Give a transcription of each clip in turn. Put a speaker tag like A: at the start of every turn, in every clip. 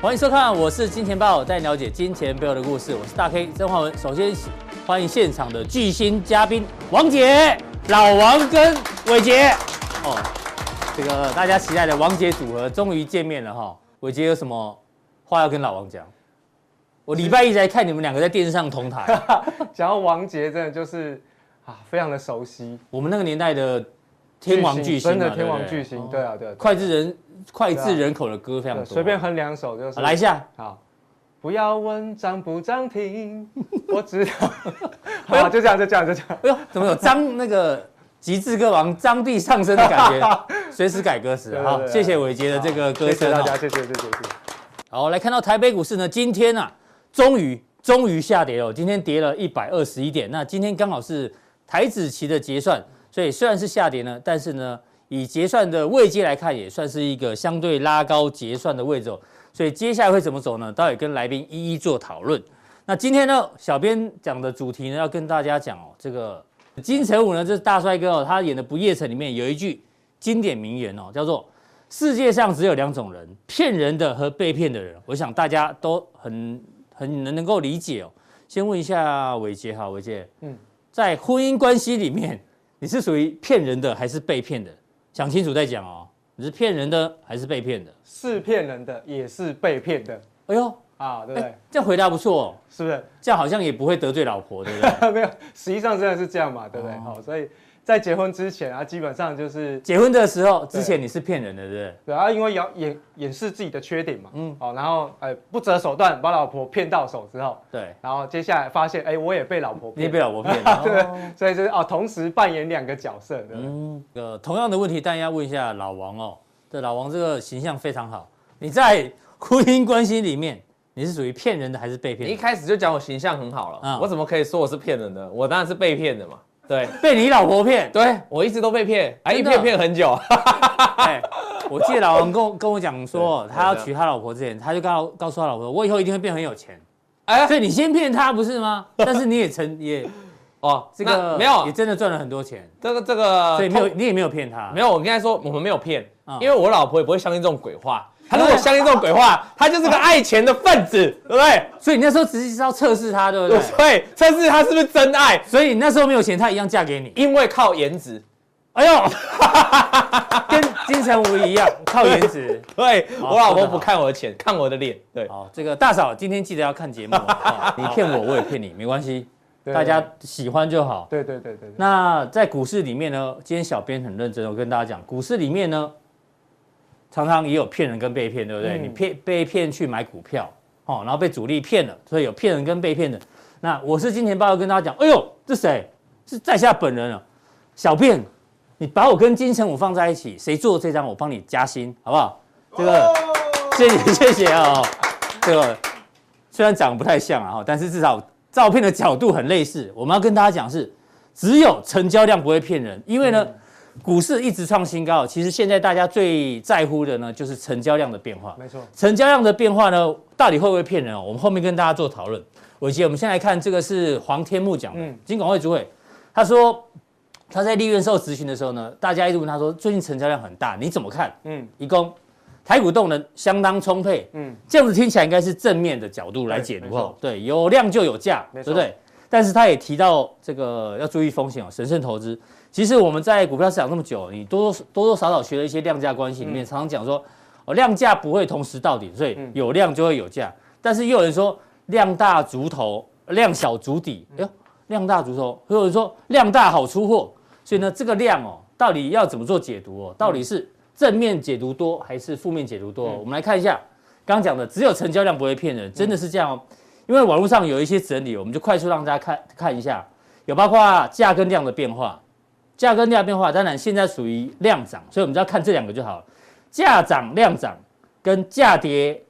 A: 欢迎收看，我是金钱豹，带你了解金钱背后的故事。我是大 K 曾焕文。首先欢迎现场的巨星嘉宾王杰、老王跟伟杰。哦，这个大家期待的王杰组合终于见面了哈。伟杰有什么话要跟老王讲？我礼拜一来看你们两个在电视上同 台，
B: 讲到王杰，真的就是啊，非常的熟悉，
A: 我们那个年代的天王巨星啊，
B: 真的
A: 对不哦
B: 天王
A: 对
B: 巨星，对啊，对啊，
A: 脍炙人脍炙人口的歌非常
B: 对啊
A: 多，
B: 随便哼两首就是。
A: 啊来一下，
B: 好，不要问涨不 涨停，我知道。好，就这样，就这样，就这样。
A: 哎呦，怎么有张那个极致歌王张臂上身的感 觉？随时改歌词
B: 对
A: 啊！
B: 对
A: 好，
B: 对
A: 谢谢伟杰的这个歌
B: 谢谢
A: 声
B: 大
A: 啊。
B: 家，谢谢，谢谢，谢谢。
A: 好，来看到台北股市呢，今天啊，终于终于下跌了，今天跌了一百二十一点。那今天刚好是台子期的结算，所以虽然是下跌呢，但是呢，以结算的位阶来看，也算是一个相对拉高结算的位置、哦。所以接下来会怎么走呢？待会跟来宾一一做讨论。那今天呢，小编讲的主题呢，要跟大家讲哦，这个金城武呢，这是大帅哥哦，他演的《不夜城》里面有一句经典名言哦，叫做世界上只有两种人，骗人的和被骗的人。我想大家都很很能能够理解哦。先问一下伟杰哈，伟杰，嗯
B: 嗯，
A: 在婚姻关系里面，你是属于骗人的还是被骗的？想清楚再讲哦。你是骗人的还是被骗的？
B: 是骗人的，也是被骗的
A: 哎呦，
B: 啊，对不对
A: 哎？，这样回答不错、哦，
B: 是不是？
A: 这样好像也不会得罪老婆，对不对？
B: 没有，实际上真的是这样嘛，对不对？
A: 哦
B: 好，所以在结婚之前啊，基本上就是
A: 结婚的时候之
B: 对
A: 前你是骗人的，对不对？
B: 对啊，因为要掩掩饰自己的缺点嘛，嗯，哦，然后哎、不择手段把老婆骗到手之后，
A: 对，
B: 然后接下来发现哎、我也被老婆
A: 你也
B: 骗，
A: 被老婆骗了。哦
B: 对， 所以就是哦，同时扮演两个角色，对不对
A: 嗯，呃，同样的问题，但要问一下老王哦。这老王这个形象非常好，你在婚姻关系里面，你是属于骗人的还是被
C: 你一
A: 骗的？
C: 开始就讲我形象很好了，
A: 嗯
C: 我怎么可以说我是骗人的？我当然是被骗的嘛。对，
A: 被你老婆骗？
C: 对我一直都被骗，还一
A: 真的
C: 骗骗很久。
A: 哎，我记得老王跟我跟我讲说，
C: 对
A: 他要娶他老婆之前，他就告告诉他老婆，我以后一定会变很有钱。
C: 哎
A: 所以你先骗他不是 吗？但是你也成也
C: 哦，
A: 这
C: 那
A: 个
C: 没有
A: 也真的赚了很多钱，
C: 这个这个，
A: 所以没有
C: 通
A: 你也没有骗他。
C: 没有。我跟他说我们没有骗
A: 嗯，
C: 因为我老婆也不会相信这种鬼话。她 如果相信这种鬼话，她就是个爱钱的分子，对不对？
A: 所以你那时候只是要测试他，对不对？
C: 对，这是她是不是真爱？
A: 所以你那时候没有钱，他一样嫁给你。
C: 因为靠颜值。
A: 哎呦， 跟金城武一样，靠颜值。
C: 对
A: 好
C: 我老
A: 说
C: 婆
A: 得好
C: 不看我的钱，看我的脸。对，
A: 好，这个大嫂今天记得要看节目，哦 你骗我，我也骗你，没关系，
B: 对
A: 大家喜欢就好。
B: 对对对对对，
A: 那在股市里面呢，今天小编很认真，我跟大家讲，股市里面呢，常常也有骗人跟被骗，对不对？
B: 嗯
A: 你骗被骗去买股票，哦，然后被主力骗了，所以有骗人跟被骗的。那我是金钱豹，跟大家讲，哎呦，这谁？是在下本人啊，小便，你把我跟金城武放在一起，谁做这张我帮你加薪，好不好？这个、谢谢谢谢啊、哦，这个虽然长得不太像啊，但是至少照片的角度很类似。我们要跟大家讲是，只有成交量不会骗人，因为呢，股市一直创新高，其实现在大家最在乎的呢就是成交量的变化。
B: 没错，
A: 成交量的变化呢，到底会不会骗人哦？我们后面跟大家做讨论。伟杰，我们先来看这个是黄天木讲的，
B: 嗯
A: 金管会主委，他说他在立院受咨询的时候呢，大家一直问他说，最近成交量很大，你怎么看？
B: 嗯
A: 一共台股动能相当充沛，
B: 嗯，
A: 这样子听起来应该是正面的角度来解读
B: 对没
A: 哦
B: 错。
A: 对，有量就有价，对
B: 没
A: 不
B: 错
A: 对？但是他也提到这个要注意风险哦，审慎投资。其实我们在股票市场这么久，你多多多多少少学了一些量价关系，里面常常讲说，哦，量价不会同时到底，所以
B: 嗯
A: 有量就会有价。但是也有人说量大足头，量小足底，
B: 嗯
A: 哎呦，量大足头，或者说量大好出货。所以呢，这个量哦，到底要怎么做解读
B: 嗯
A: 哦？到底是正面解读多还是负面解读
B: 嗯
A: 多哦、我们来看一下，刚刚讲的只有成交量不会骗人，真的是这样哦。因为网络上有一些整理，我们就快速让大家看看一下，有包括价跟量的变化，价跟量变化，当然现在属于量涨，所以我们只要看这两个就好了。价涨量涨跟价跌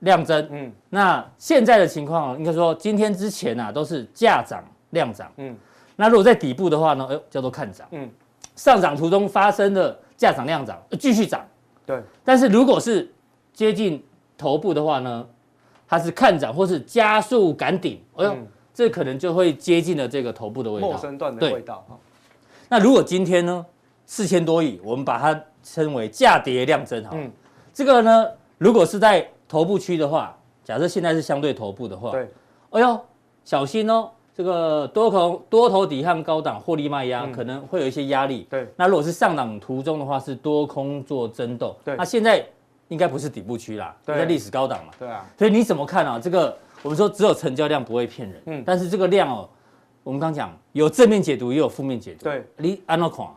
A: 量增，
B: 嗯
A: 那现在的情况哦，应该说今天之前啊都是价涨量涨，
B: 嗯
A: 那如果在底部的话呢，哎呦叫做看涨，
B: 嗯，
A: 上涨途中发生的价涨量涨呃继续涨，
B: 对，
A: 但是如果是接近头部的话呢，它是看涨或是加速赶顶，哎呦，
B: 嗯
A: 这可能就会接近了这个头部的味道。
B: 陌生段的
A: 对
B: 味道哦哈，
A: 那如果今天呢，四千多亿，我们把它称为价跌量增好了，
B: 嗯
A: 这个呢，如果是在头部区的话，假设现在是相对头部的话，
B: 对，
A: 哎呦，小心哦，这个多头多头抵抗高档获利卖
B: 嗯
A: 压、可能会有一些压力。
B: 对，
A: 那如果是上档途中的话，是多空做争斗。
B: 对
A: 那现在应该不是底部区啦，
B: 对
A: 在历史高档嘛。
B: 对啊，
A: 所以你怎么看啊？这个我们说只有成交量不会骗人，
B: 嗯
A: 但是这个量哦，我们刚讲有正面解读也有负面解读，
B: 对，
A: 你安诺款，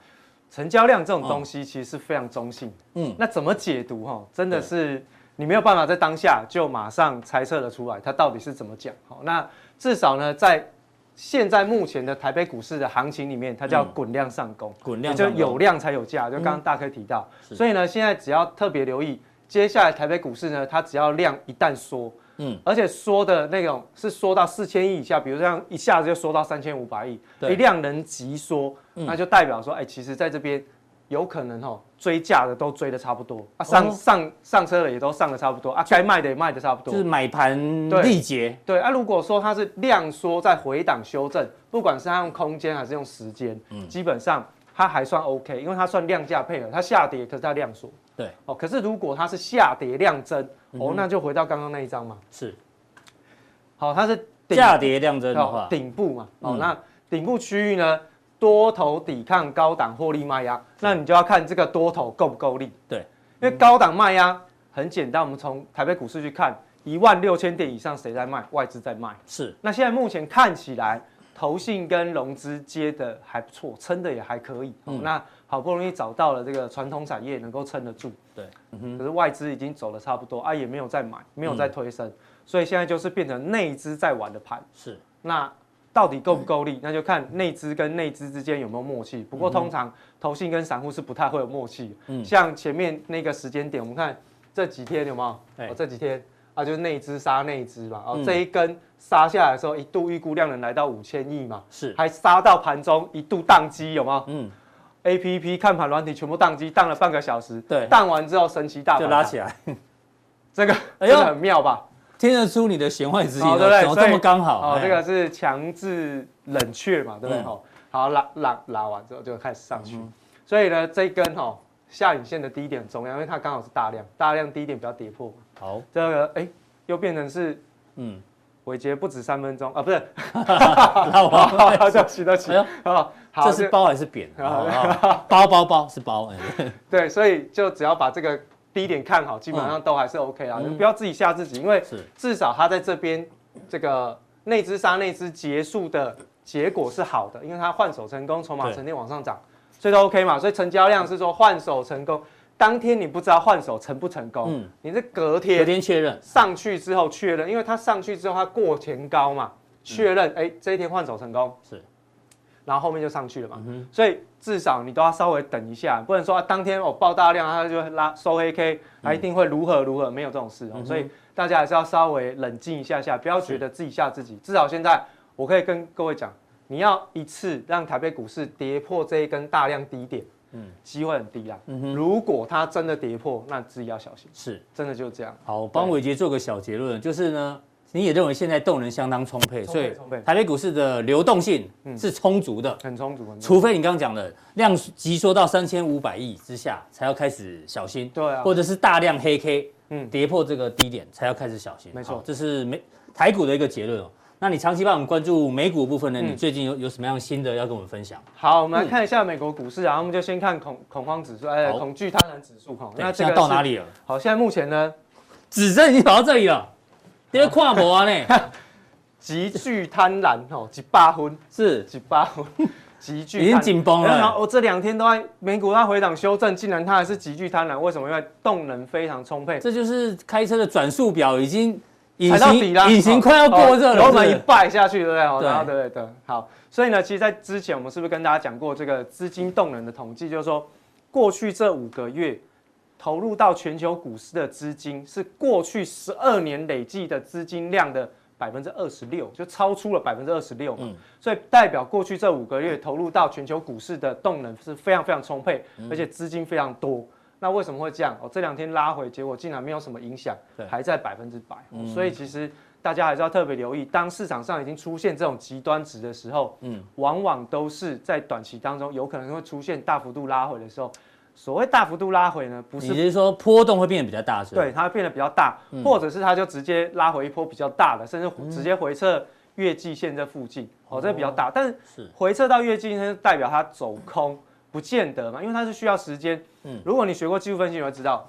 B: 成交量这种东西其实是非常中性的，
A: 嗯，
B: 那怎么解读哈？真的是你没有办法在当下就马上猜测得出来，它到底是怎么讲。好，那至少呢，在现在目前的台北股市的行情里面，它叫滚量上攻，
A: 嗯滚量
B: 也
A: 上
B: 就
A: 攻嗯
B: 有量才有价。就刚刚大哥提到，所以呢，现在只要特别留意，接下来台北股市呢，它只要量一旦缩。
A: 嗯
B: 嗯，而且缩的那种是缩到四千亿以下，比如像一下子就缩到三千五百亿，
A: 对嗯
B: 一量能急缩，那就代表说，哎、其实在这边有可能哦，追价的都追的差不多啊，上、
A: 哦
B: 上上车的也都上的差不多啊，该卖的也卖的差不多。
A: 就是买盘
B: 对
A: 力竭，
B: 对啊，如果说它是量缩再回档修正，不管是它用空间还是用时间，
A: 嗯
B: 基本上它还算 OK，因为它算量价配合，它下跌可是它量缩
A: 对，嗯
B: 哦。可是如果它是下跌量增，哦，那就回到刚刚那一张嘛，
A: 是
B: 好、它是顶
A: 价跌量增的
B: 哦
A: 话，
B: 顶部嘛，哦
A: 嗯，
B: 那顶部区域呢，多头抵抗高档获利卖压，那你就要看这个多头够不够力。
A: 对，
B: 因为高档卖压很简单，我们从台北股市去看，一万六千点以上谁在卖？外资在卖。
A: 是
B: 那现在目前看起来，投信跟融资接的还不错，撑的也还可以。
A: 嗯
B: 哦，那好不容易找到了这个传统产业能够撑得住。
A: 对，嗯
B: 可是外资已经走的差不多啊，也没有再买，没有再推升，所以现在就是变成内资在玩的盘。
A: 是，
B: 那到底够不够力？那就看内资跟内资之间有没有默契。不过通常投信跟散户是不太会有默契。
A: 嗯
B: 像前面那个时间点，我们看这几天有没有？
A: 哎
B: 哦，这几天啊，就是内资杀内资嘛。哦，
A: 嗯
B: 这一根杀下来的时候，一度预估量能来到五千亿嘛，
A: 是
B: 还杀到盘中一度宕机，有没有
A: 嗯，
B: ？A P P 看盘软体全部宕机，宕了半个小时。
A: 对
B: 宕完之后神奇大
A: 就
B: 反
A: 拉
B: 弹，
A: 起来，
B: 这个
A: 哎
B: 真
A: 呦
B: 的很妙吧？
A: 听得出你的弦外之音哦，
B: 哦对不对
A: 怎么
B: 所以
A: 这么刚好？
B: 哦，
A: 哎
B: 这个是强制冷却嘛，对不对？
A: 嗯
B: 哦，好拉拉拉完之后就开始上去，嗯所以呢，这一根哦下影线的低点很重要，因为它刚好是大量，大量低点不要跌破嘛。
A: 好，
B: 这个哎又变成是
A: 嗯，
B: 尾节不止三分钟啊，不是，
A: 拉我，
B: 好， 对不起，对不起
A: 哎呦，
B: 哦，好，
A: 这是
B: 就
A: 包还是扁？
B: 好
A: 哦包包包是包，哎，
B: 对，所以就只要把这个低点看好，基本上都还是 OK 啦。你不要自己吓自己，因为
A: 是
B: 至少它在这边这个内资杀内资结束的结果是好的，因为它换手成功，筹码
A: 对
B: 沉淀往上涨，所以都 OK 嘛。所以成交量是说换手成功，当天你不知道换手成不成功，
A: 嗯
B: 你是隔
A: 有
B: 天
A: 点确认，
B: 上去之后确认，因为它上去之后它过前高嘛，确认哎、这一天换手成功
A: 是，
B: 然后后面就上去了嘛，所以至少你都要稍微等一下，不能说、啊、当天我、爆大量，它就拉收黑 K，它一定会如何如何，没有这种事哦，所以大家还是要稍微冷静一下下，不要觉得自己吓自己，至少现在我可以跟各位讲，你要一次让台北股市跌破这一根大量低点。嗯，机会很低啦。如果它真的跌破，那自己要小心，
A: 是。
B: 真的就这样。
A: 好，我帮伟杰做个小结论，就是呢，你也认为现在动能相当充沛，
B: 充
A: 所
B: 沛
A: 以
B: 充沛嗯
A: 台北股市的流动性是充足的，
B: 很充足，很充足
A: 除非你刚刚讲的量急缩到三千五百亿之下，才要开始小心，
B: 对啊
A: 或者是大量黑 K，嗯，
B: 嗯
A: 跌破这个低点才要开始小心，
B: 没错
A: 好这是美台股的一个结论哦。那你长期帮我们关注美股部分呢？
B: 嗯
A: 你最近有有什么样新的要跟我们分享？
B: 好，我们来看一下美国股市啊，我们就先看恐恐慌指数，哎，
A: 嗯好
B: 恐惧贪婪指数哈。
A: 对
B: 那这
A: 现
B: 个
A: 在到
B: 是哦
A: 哪？里了？
B: 好，现在目前呢，
A: 指针已经跑到这里了，因为跨博啊呢，
B: 极具贪婪哦，几八分，
A: 是
B: 几八分， 极具
A: 已经
B: 贪婪
A: 紧绷了
B: 然后我这两天都在美股它回档修正，竟然它还是极具贪婪，为什么？因为动能非常充沛，
A: 这就是开车的转速表已经隐
B: 踩到
A: 形
B: 底啦，
A: 隐形快要过热了，
B: 油
A: 是不
B: 门一
A: 是
B: 拜下去，对不对？哦
A: 对
B: 然后对对对，好。所以呢，其实，在之前我们是不是跟大家讲过这个资金动能的统计，就是说，过去这五个月投入到全球股市的资金是过去十二年累计的资金量的百分之二十六，就超出了百分之二十六
A: 嗯
B: 嘛。所以代表过去这五个月投入到全球股市的动能是非常非常充沛，
A: 嗯
B: 而且资金非常多。那为什么会这样？哦，这两天拉回，结果竟然没有什么影响
A: 对，嗯
B: 还在百分之百。哦所以其实大家还是要特别留意，当市场上已经出现这种极端值的时候，
A: 嗯
B: 嗯，往往都是在短期当中有可能会出现大幅度拉回的时候，所谓大幅度拉回呢，不
A: 你
B: 是
A: 是说波动会变得比较大是吧？
B: 对，它会变得比较大，或者是它就直接拉回一波比较大的，甚至直接回撤月季线这附近，嗯哦，这比较大。但是
A: 是
B: 回撤到月季线代表它走空，不见得嘛，因为它是需要时间。
A: 嗯
B: 如果你学过技术分析，你会知道，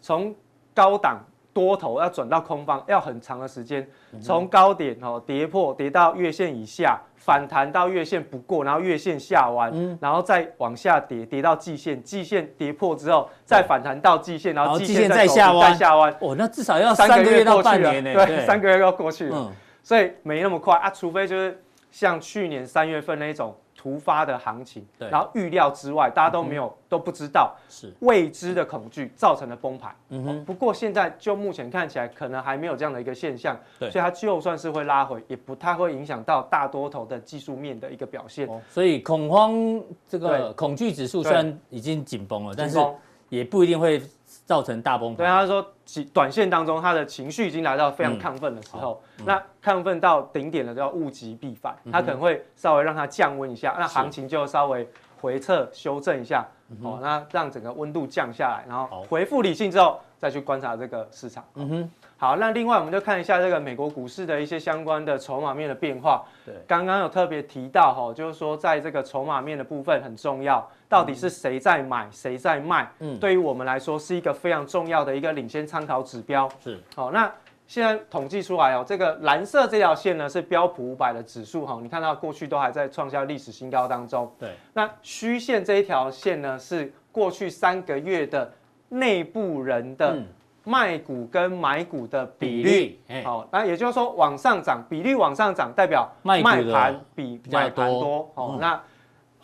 B: 从高档多头要转到空方要很长的时间，从高点哦跌破跌到月线以下，反弹到月线不过，然后月线下弯，然后再往下跌，跌到季线，季线跌破之后再反弹到季线，然
A: 然
B: 后
A: 后
B: 季
A: 季线
B: 线再
A: 再
B: 走
A: 下
B: 低
A: 弯
B: 再下弯，
A: 哦，那至少要三个月到
B: 过去
A: 半
B: 了
A: 年呢。
B: 对，三个月要过去了，
A: 嗯，
B: 所以没那么快啊，除非就是像去年三月份那一种突发的行情，
A: 对嗯
B: 然后预料之外，大家都没有都不知道，
A: 是，
B: 未知的恐惧造成的崩盘。
A: 嗯
B: 哦
A: 哼，
B: 不过现在就目前看起来，可能还没有这样的一个现象，
A: 对
B: 所以它就算是会拉回，也不太会影响到大多头的技术面的一个表现。
A: 哦所以恐慌这个
B: 对
A: 恐惧指数
B: 对
A: 虽然已经紧绷了，但是
B: 金峰
A: 也不一定会造成大崩
B: 对，
A: 盘。
B: 他说其短线当中他的情绪已经来到非常
A: 嗯嗯
B: 亢奋的时候，那亢奋到顶点了，就要物极必反，他可能会稍微让它降温一下，那
A: 是嗯
B: 行情就稍微回撤修正一下，哦，那让整个温度降下来，然
A: 好
B: 后回复理性之后再去观察这个市场。
A: 嗯哼，
B: 好，那另外我们就看一下这个美国股市的一些相关的筹码面的变化。
A: 对
B: 刚刚有特别提到哈，就是说在这个筹码面的部分很重要，到底是谁在买，谁在卖？
A: 嗯
B: 对于我们来说是一个非常重要的一个领先参考指标。
A: 是，
B: 好，那现在统计出来哦，这个蓝色这条线呢是标普五百的指数哈，你看到过去都还在创下历史新高当中。
A: 对，
B: 那虚线这一条线呢是过去三个月的内部人的
A: 嗯
B: 卖股跟买股的
A: 比
B: 比率。
A: 率，哎，
B: 好，那也就是说往上涨，比率往上涨，代表
A: 卖
B: 卖
A: 股的
B: 盘比
A: 比较
B: 买盘
A: 多
B: 多。哦
A: 嗯，
B: 那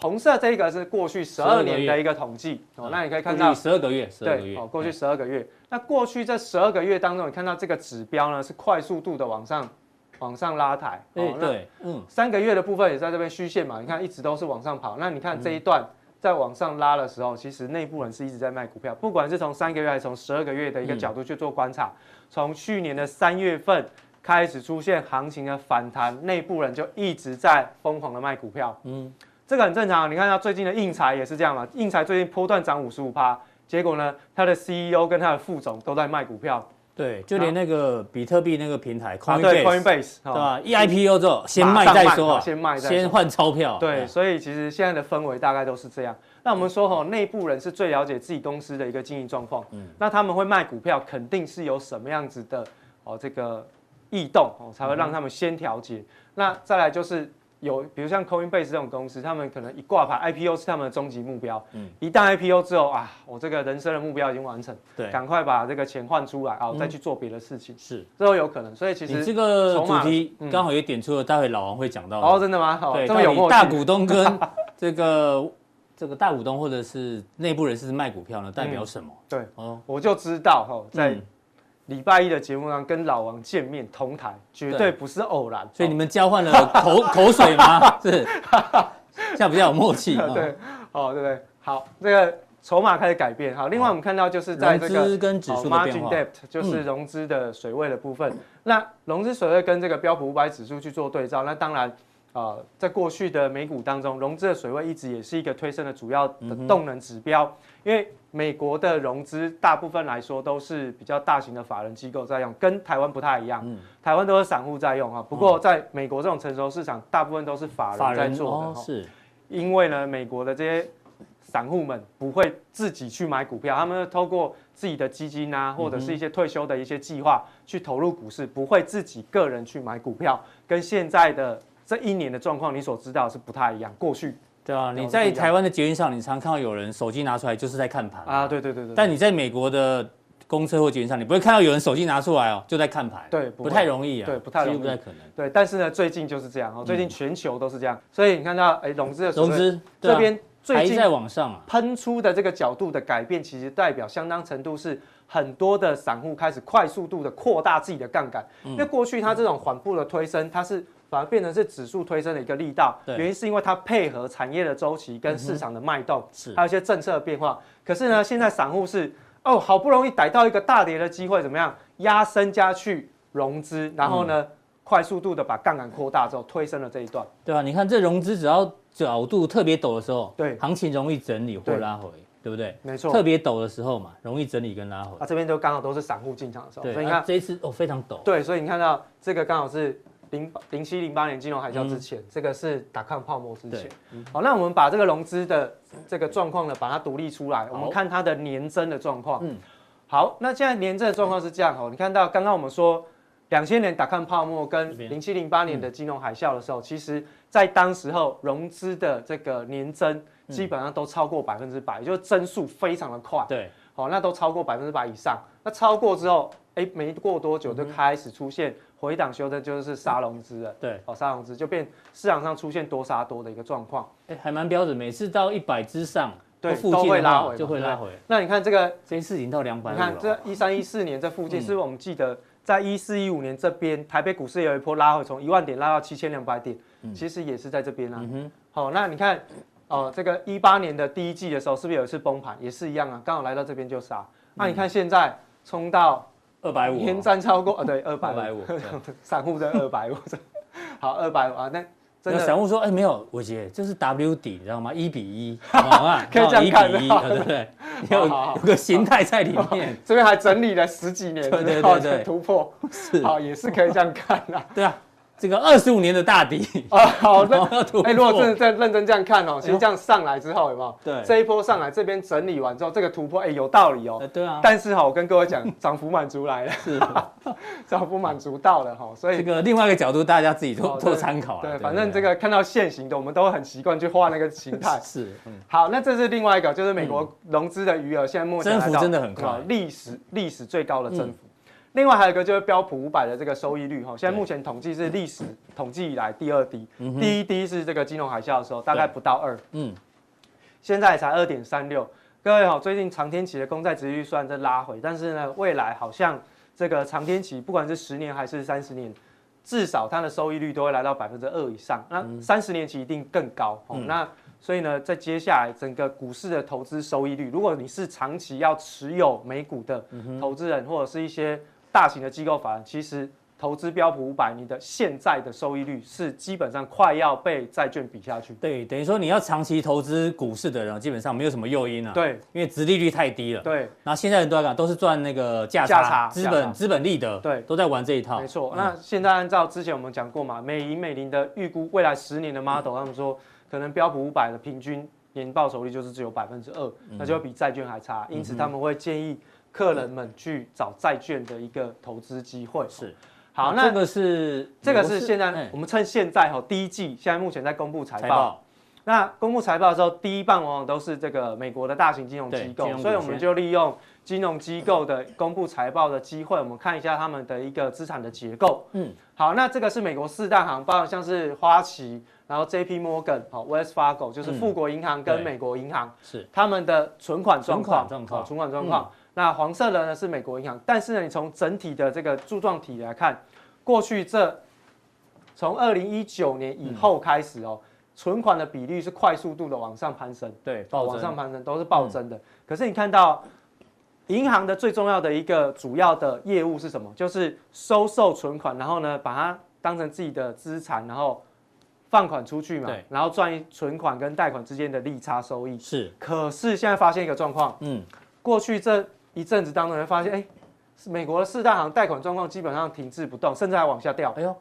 B: 红色这个是过去十
A: 12
B: 二
A: 个
B: 年
A: 月
B: 的一个统计。
A: 嗯
B: 哦，那你可以看
A: 过
B: 到
A: 去，十二个月，十二个
B: 对，
A: 月，
B: 哦，过去
A: 哎
B: 十二个月。那过去这十二个月当中，你看到这个指标呢是快速度的往上往上拉抬。
A: 哎
B: 哦，那
A: 对，嗯，
B: 三个月的部分也在这边虚线嘛，你看一直都是往上跑。那你看这一段在往上拉的时候，其实内部人是一直在卖股票，不管是从三个月还是从十二个月的一个角度去做观察，从去年的三月份开始出现行情的反弹，内部人就一直在疯狂的卖股票。
A: 嗯
B: 嗯，这个很正常。你看到最近的印材也是这样嘛，印材最近波段涨五十五趴，结果呢，它的 CEO 跟它的副总都在卖股票，
A: 对，就连那个比特币那个平台
B: 啊，对
A: Coinbase，
B: Coinbase
A: 对
B: 哦
A: 吧？一 IPO 之后先卖
B: 马上
A: 再
B: 卖
A: 说啊，
B: 好先卖再说
A: 先换钞票啊，
B: 对，
A: 哎，
B: 所以其实现在的氛围大概都是这样。那我们说吼，内部人是最了解自己公司的一个经营状况，
A: 嗯
B: 那他们会卖股票，肯定是有什么样子的哦这个异动哦，才会让他们先调节。那再来就是有，比如像 Coinbase 这种公司，他们可能一挂牌 IPO 是他们的终极目标，
A: 嗯
B: 一旦 IPO 之后啊，我这个人生的目标已经完成，
A: 对
B: 赶快把这个钱换出来啊，再去做别的事情，
A: 是。
B: 这都有可能。所以其
A: 你
B: 实
A: 这个
B: 筹
A: 主
B: 码
A: 题
B: 嗯
A: 刚好也点出了，待会老王会讲到的。
B: 哦，真的吗？哦
A: 对，
B: 这么有
A: 到
B: 默
A: 底
B: 契
A: 大。股东 跟这个这个大股东或者是内部人士卖股票呢，代
B: 嗯
A: 表什么？
B: 对
A: 哦，
B: 我就知道哈，在
A: 嗯
B: 礼拜一的节目上跟老王见面同台，绝
A: 对
B: 对不是偶然。
A: 所以你们交换了口 口水吗？是，这样比较有默契。
B: 哦
A: 哦
B: 对，哦对不对？好，这个筹码开始改变。好，另外我们看到就是在这
A: 融
B: 个
A: 资跟指数
B: 哦
A: 的
B: margin
A: 变化嗯
B: debt 就是融资的水位的部分。那融资水位跟这个标普五百指数去做对照，那当然。啊、在过去的美股当中，融资的水位一直也是一个推升的主要
A: 嗯
B: 的动能指标，因为美国的融资大部分来说都是比较大型的法人机构在用，跟台湾不太一样。
A: 嗯
B: 台湾都是散户在用啊，不过在美国这种成熟市场，大部分都是法
A: 法
B: 人在
A: 人
B: 做的、
A: 哦，是
B: 因为呢，美国的这些散户们不会自己去买股票，他们透过自己的基金啊，或者是一些退休的一些计划去投入股市，不会自己个人去买股票，跟现在的这一年的状况你所知道是不太一样。过去
A: 对啊。你
B: 了
A: 在
B: 解
A: 台湾的捷运上，你常看到有人手机拿出来就是在看盘
B: 啊，。对对对对，
A: 但你在美国的公车或捷运上，你不会看到有人手机拿出来哦，就在看盘。
B: 对
A: 不
B: 不会
A: 太容易啊。
B: 对不太容
A: 几
B: 易
A: 乎不太可能。
B: 对，但是呢，最近就是这样哦，最近全球都是这样，所以你看到哎，融资的时候
A: 融资对啊
B: 这边最
A: 还
B: 近
A: 在往上啊。
B: 喷出的这个角度的改变，其实代表相当程度是很多的散户开始快速度的扩大自己的杠杆，
A: 嗯
B: 因为过去它这种缓步的推升，它是反而变成是指数推升的一个力道，
A: 对
B: 原因是因为它配合产业的周期跟市场的脉动，
A: 嗯是
B: 还有一些政策的变化。可是呢，现在散户是哦，好不容易逮到一个大跌的机会，怎么样压身家去融资，然后
A: 嗯
B: 呢？快速度的把杠杆扩大之后，推升了这一段。
A: 对啊，你看这融资只要角度特别陡的时候，
B: 对
A: 行情容易整理或
B: 对
A: 拉回。对不对？
B: 没错
A: 特别陡的时候嘛，容易整理跟拉回
B: 啊，。这边就刚好都是散户进场的时候，所
A: 对，
B: 以你
A: 啊
B: 看，
A: 这一次哦非常陡，
B: 对，所以你看到这个刚好是零零七零八年金融海啸之前，这个是打抗泡沫之前
A: 嗯对。
B: 好，那我们把这个融资的这个状况呢，把它独立出来，我们
A: 好
B: 看它的年增的状况。
A: 嗯
B: 好，那现在年增的状况是这样哦，你看到刚刚我们说。两千年打抗泡沫跟
A: 这边
B: 零七零八年的金融海啸的时候，其实在当时候融资的这个年增
A: 嗯
B: 基本上都超过百分之百，也就是增速非常的快。
A: 对，
B: 好、那都超过百分之百以上。那超过之后，哎，没过多久
A: 嗯
B: 就开始出现回档修正，就是杀融资了。
A: 对，
B: 好、杀融资就变市场上出现多杀多的一个状况。
A: 哎还蛮标准，每次到一百之上，
B: 对
A: 都哦附
B: 都
A: 近
B: 会
A: 的
B: 拉
A: 话
B: 回
A: 就
B: 嘛
A: 会
B: 对
A: 拉回。
B: 那你看这个，
A: 这一次已经到两百
B: 你
A: 五
B: 看
A: 了
B: 这
A: 哦，
B: 一三一四年这附近，
A: 嗯
B: 是不是我们记得在一四一五年这边台北股市有一波拉回，从一万点拉到七千两百点，其实也是在这边啊。
A: 嗯哼，
B: 好、那你看，哦，这个一八年的第一季的时候，是不是有一次崩盘？也是一样啊，刚好来到这边就杀。那、
A: 嗯
B: 你看现在冲到
A: 二百五，
B: 年占超过啊，对，二百
A: 二百五。对
B: 散户在二百五， 好，二百五啊，那真
A: 那
B: 的
A: 散户说：“哎，没有，伟杰，这是 W 底，你知道吗？一比 一，好啊，
B: 可以这样看
A: 一比一，
B: 好
A: 对不 对？有
B: 好好好
A: 有个形态在里面，
B: 这边还整理了十几年，
A: 对对
B: 然后
A: 对对
B: 突破，
A: 是
B: 好，也是可以这样看 啦。
A: 对啊，这个二十五年的大 底，
B: 啊，好，
A: 然
B: 那
A: 后要突破，哎
B: 哎，如果真的在认真这样看哦，其实这样上来之后有没有？
A: 对
B: 这一波上来这边整理完之后，这个突破，哎，有道理哦
A: 呃。对啊，
B: 但是哈，我跟各位讲，涨幅满足来了，
A: 是
B: 涨幅满足到了哈，所
A: 这
B: 以。
A: 个另外一个角度，大家自己
B: 哦
A: 做做参考啊
B: 对，反正这个看到现行的，我们都很习惯去画那个形态。
A: 是，嗯
B: 好，那这是另外一个，就是美国融资的余额现在目前
A: 增幅
B: 来到
A: 真的很快嗯
B: 呃历史历史最高的增幅。另外还有一个就是标普五百的这个收益率哈，现在目前统计是历史统计以来第二低，第一低是这个金融海啸的时候，大概不到二，
A: 嗯，
B: 现在才二点三六。各位好，最近长天期的公债值率虽然在拉回，但是呢，未来好像这个长天期不管是十年还是三十年，至少它的收益率都会来到百分之二以上。那三十年期一定更高。哦那所以呢，在接下来整个股市的投资收益率，如果你是长期要持有美股的投资人，或者是一些大型的机构法人，其实投资标普五百，你的现在的收益率是基本上快要被债券比下去。
A: 对，等于说你要长期投资股市的人，啊基本上没有什么诱因啊，，
B: 对
A: 因为殖利率太低了。
B: 对。
A: 然后现在人都在干，都是赚那个价
B: 价差
A: 差、资
B: 价差
A: 本、资本利得，
B: 对
A: 都在玩这一套
B: 没。错，那现在按照之前我们讲过嘛，美银美林的预估未来十年的 model，他们说可能标普五百的平均年报酬率就是只有百分之二，那就会比债券还差，因此他们会建议客人们去找债券的一个投资机会。
A: 是，
B: 好，
A: 这
B: 那
A: 个是
B: 这个是现在
A: 哎
B: 我们趁现在哈第一季，现在目前在公布财
A: 财
B: 报，
A: 报，
B: 那公布财报的时候，第一棒往往都是这个美国的大型金融机
A: 对金
B: 构，
A: 融股
B: 所以我们就利用金融机构的公布财报的机会，我们看一下他们的一个资产的结构。
A: 嗯，
B: 好，那这个是美国四大行，包括像是花旗，然后 J P Morgan，好、Wells Fargo，就是富国银行跟
A: 嗯对
B: 美国银行，
A: 是
B: 他们的存款状况，
A: 存款状况嗯
B: 好存款状况。那黄色的呢是美国银行，但是呢，你从整体的这个柱状体来看，过去这从二零一九年以后开始哦，存款的比率是快速度的往上攀升，
A: 对
B: 哦
A: 暴
B: 往上
A: 增，嗯
B: 攀升都是暴增的。可是你看到银行的最重要的一个主要的业务是什么？就是收受存款，然后呢把它当成自己的资产，然后放款出去嘛
A: 对，
B: 然后赚一存款跟贷款之间的利差收益。
A: 是，
B: 可是现在发现一个状况，
A: 嗯，
B: 过去这一阵子当中，你会发现，哎，美国的四大行贷款状况基本上停滞不动，甚至还往下掉，
A: 哎呦，